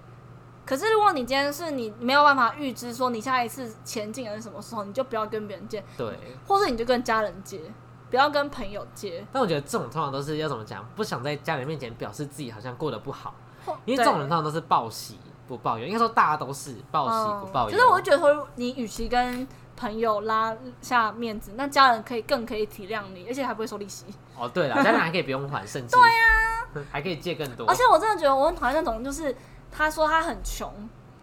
S1: 可是如果你今天是你没有办法预知说你下一次前进的是什么时候，你就不要跟别人借，
S2: 对。
S1: 或者你就跟家人借，不要跟朋友借。
S2: 但我觉得这种通常都是要怎么讲，不想在家人面前表示自己好像过得不好，
S1: 或
S2: 因为这种人通常都是报喜不报忧，应该说大家都是报
S1: 对
S2: 喜不
S1: 嗯
S2: 报忧。
S1: 就是我会觉得说，你与其跟朋友拉下面子，那家人可以更可以体谅你，而且还不会收利息。
S2: 哦，对了，家人还可以不用 还，甚至对呀、
S1: 啊
S2: 还可以借更多
S1: 而。且我真的觉得我很讨厌那种，就是他说他很穷，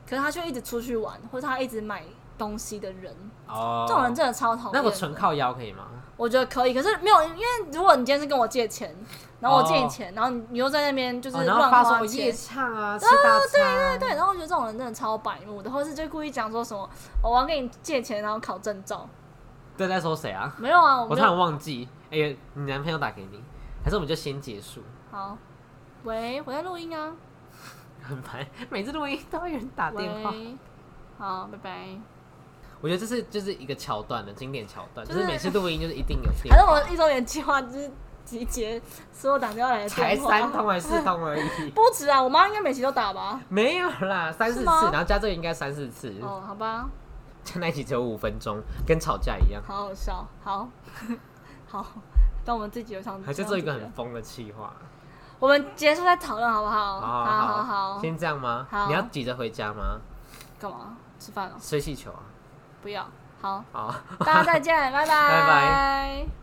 S1: 可是他却一直出去玩，或者他一直买东西的人，
S2: 哦，
S1: 这种人真的超讨厌。
S2: 那我纯，靠腰可以吗？
S1: 我觉得可以，可是没有，因为如果你今天是跟我借钱，然后我借你钱，然后你你又在那边就是
S2: 哦、然后
S1: 乱
S2: 发什
S1: 花
S2: 么
S1: 钱。
S2: 夜唱啊，吃大餐，
S1: 对，然后我觉得这种人真的超白目的，或是就故意讲说什么、哦我要跟你借钱，然后考证照，
S2: 这在说谁啊？
S1: 没有啊，我
S2: 我
S1: 没
S2: 突
S1: 有
S2: 然忘记，哎、你男朋友打给你，还是我们就先结束？
S1: 好，喂，我在录音啊。
S2: 很烦，每次录音都会有人打电话。
S1: 喂，好，拜拜。
S2: 我觉得这是就是一个桥段的经典桥段，
S1: 就
S2: 就是是每次录音就是一定有电
S1: 反正我
S2: 话，
S1: 一周年计划就是集结所有打电话来的
S2: 才
S1: 电话
S2: 三通还是四通而已，
S1: 不止啊，我妈应该每期都打吧？
S2: 没有啦，三四
S1: 是
S2: 次，
S1: 吗
S2: 然后加这个应该三四次，
S1: 哦，好吧，
S2: 加在一起只有五分钟，跟吵架一样。
S1: 好好笑，好 好。但我们自己有想，
S2: 还是做一个
S1: 想
S2: 很
S1: 解决，
S2: 疯的企划。
S1: 我们结束再讨论好不哦好？
S2: 好
S1: 好好好，
S2: 先这样吗？
S1: 好
S2: 你要急着回家吗？
S1: 干嘛？吃饭哦？
S2: 吹气球啊！
S1: 不要。好，
S2: 好。
S1: 大家再见，拜拜，
S2: 拜
S1: 拜。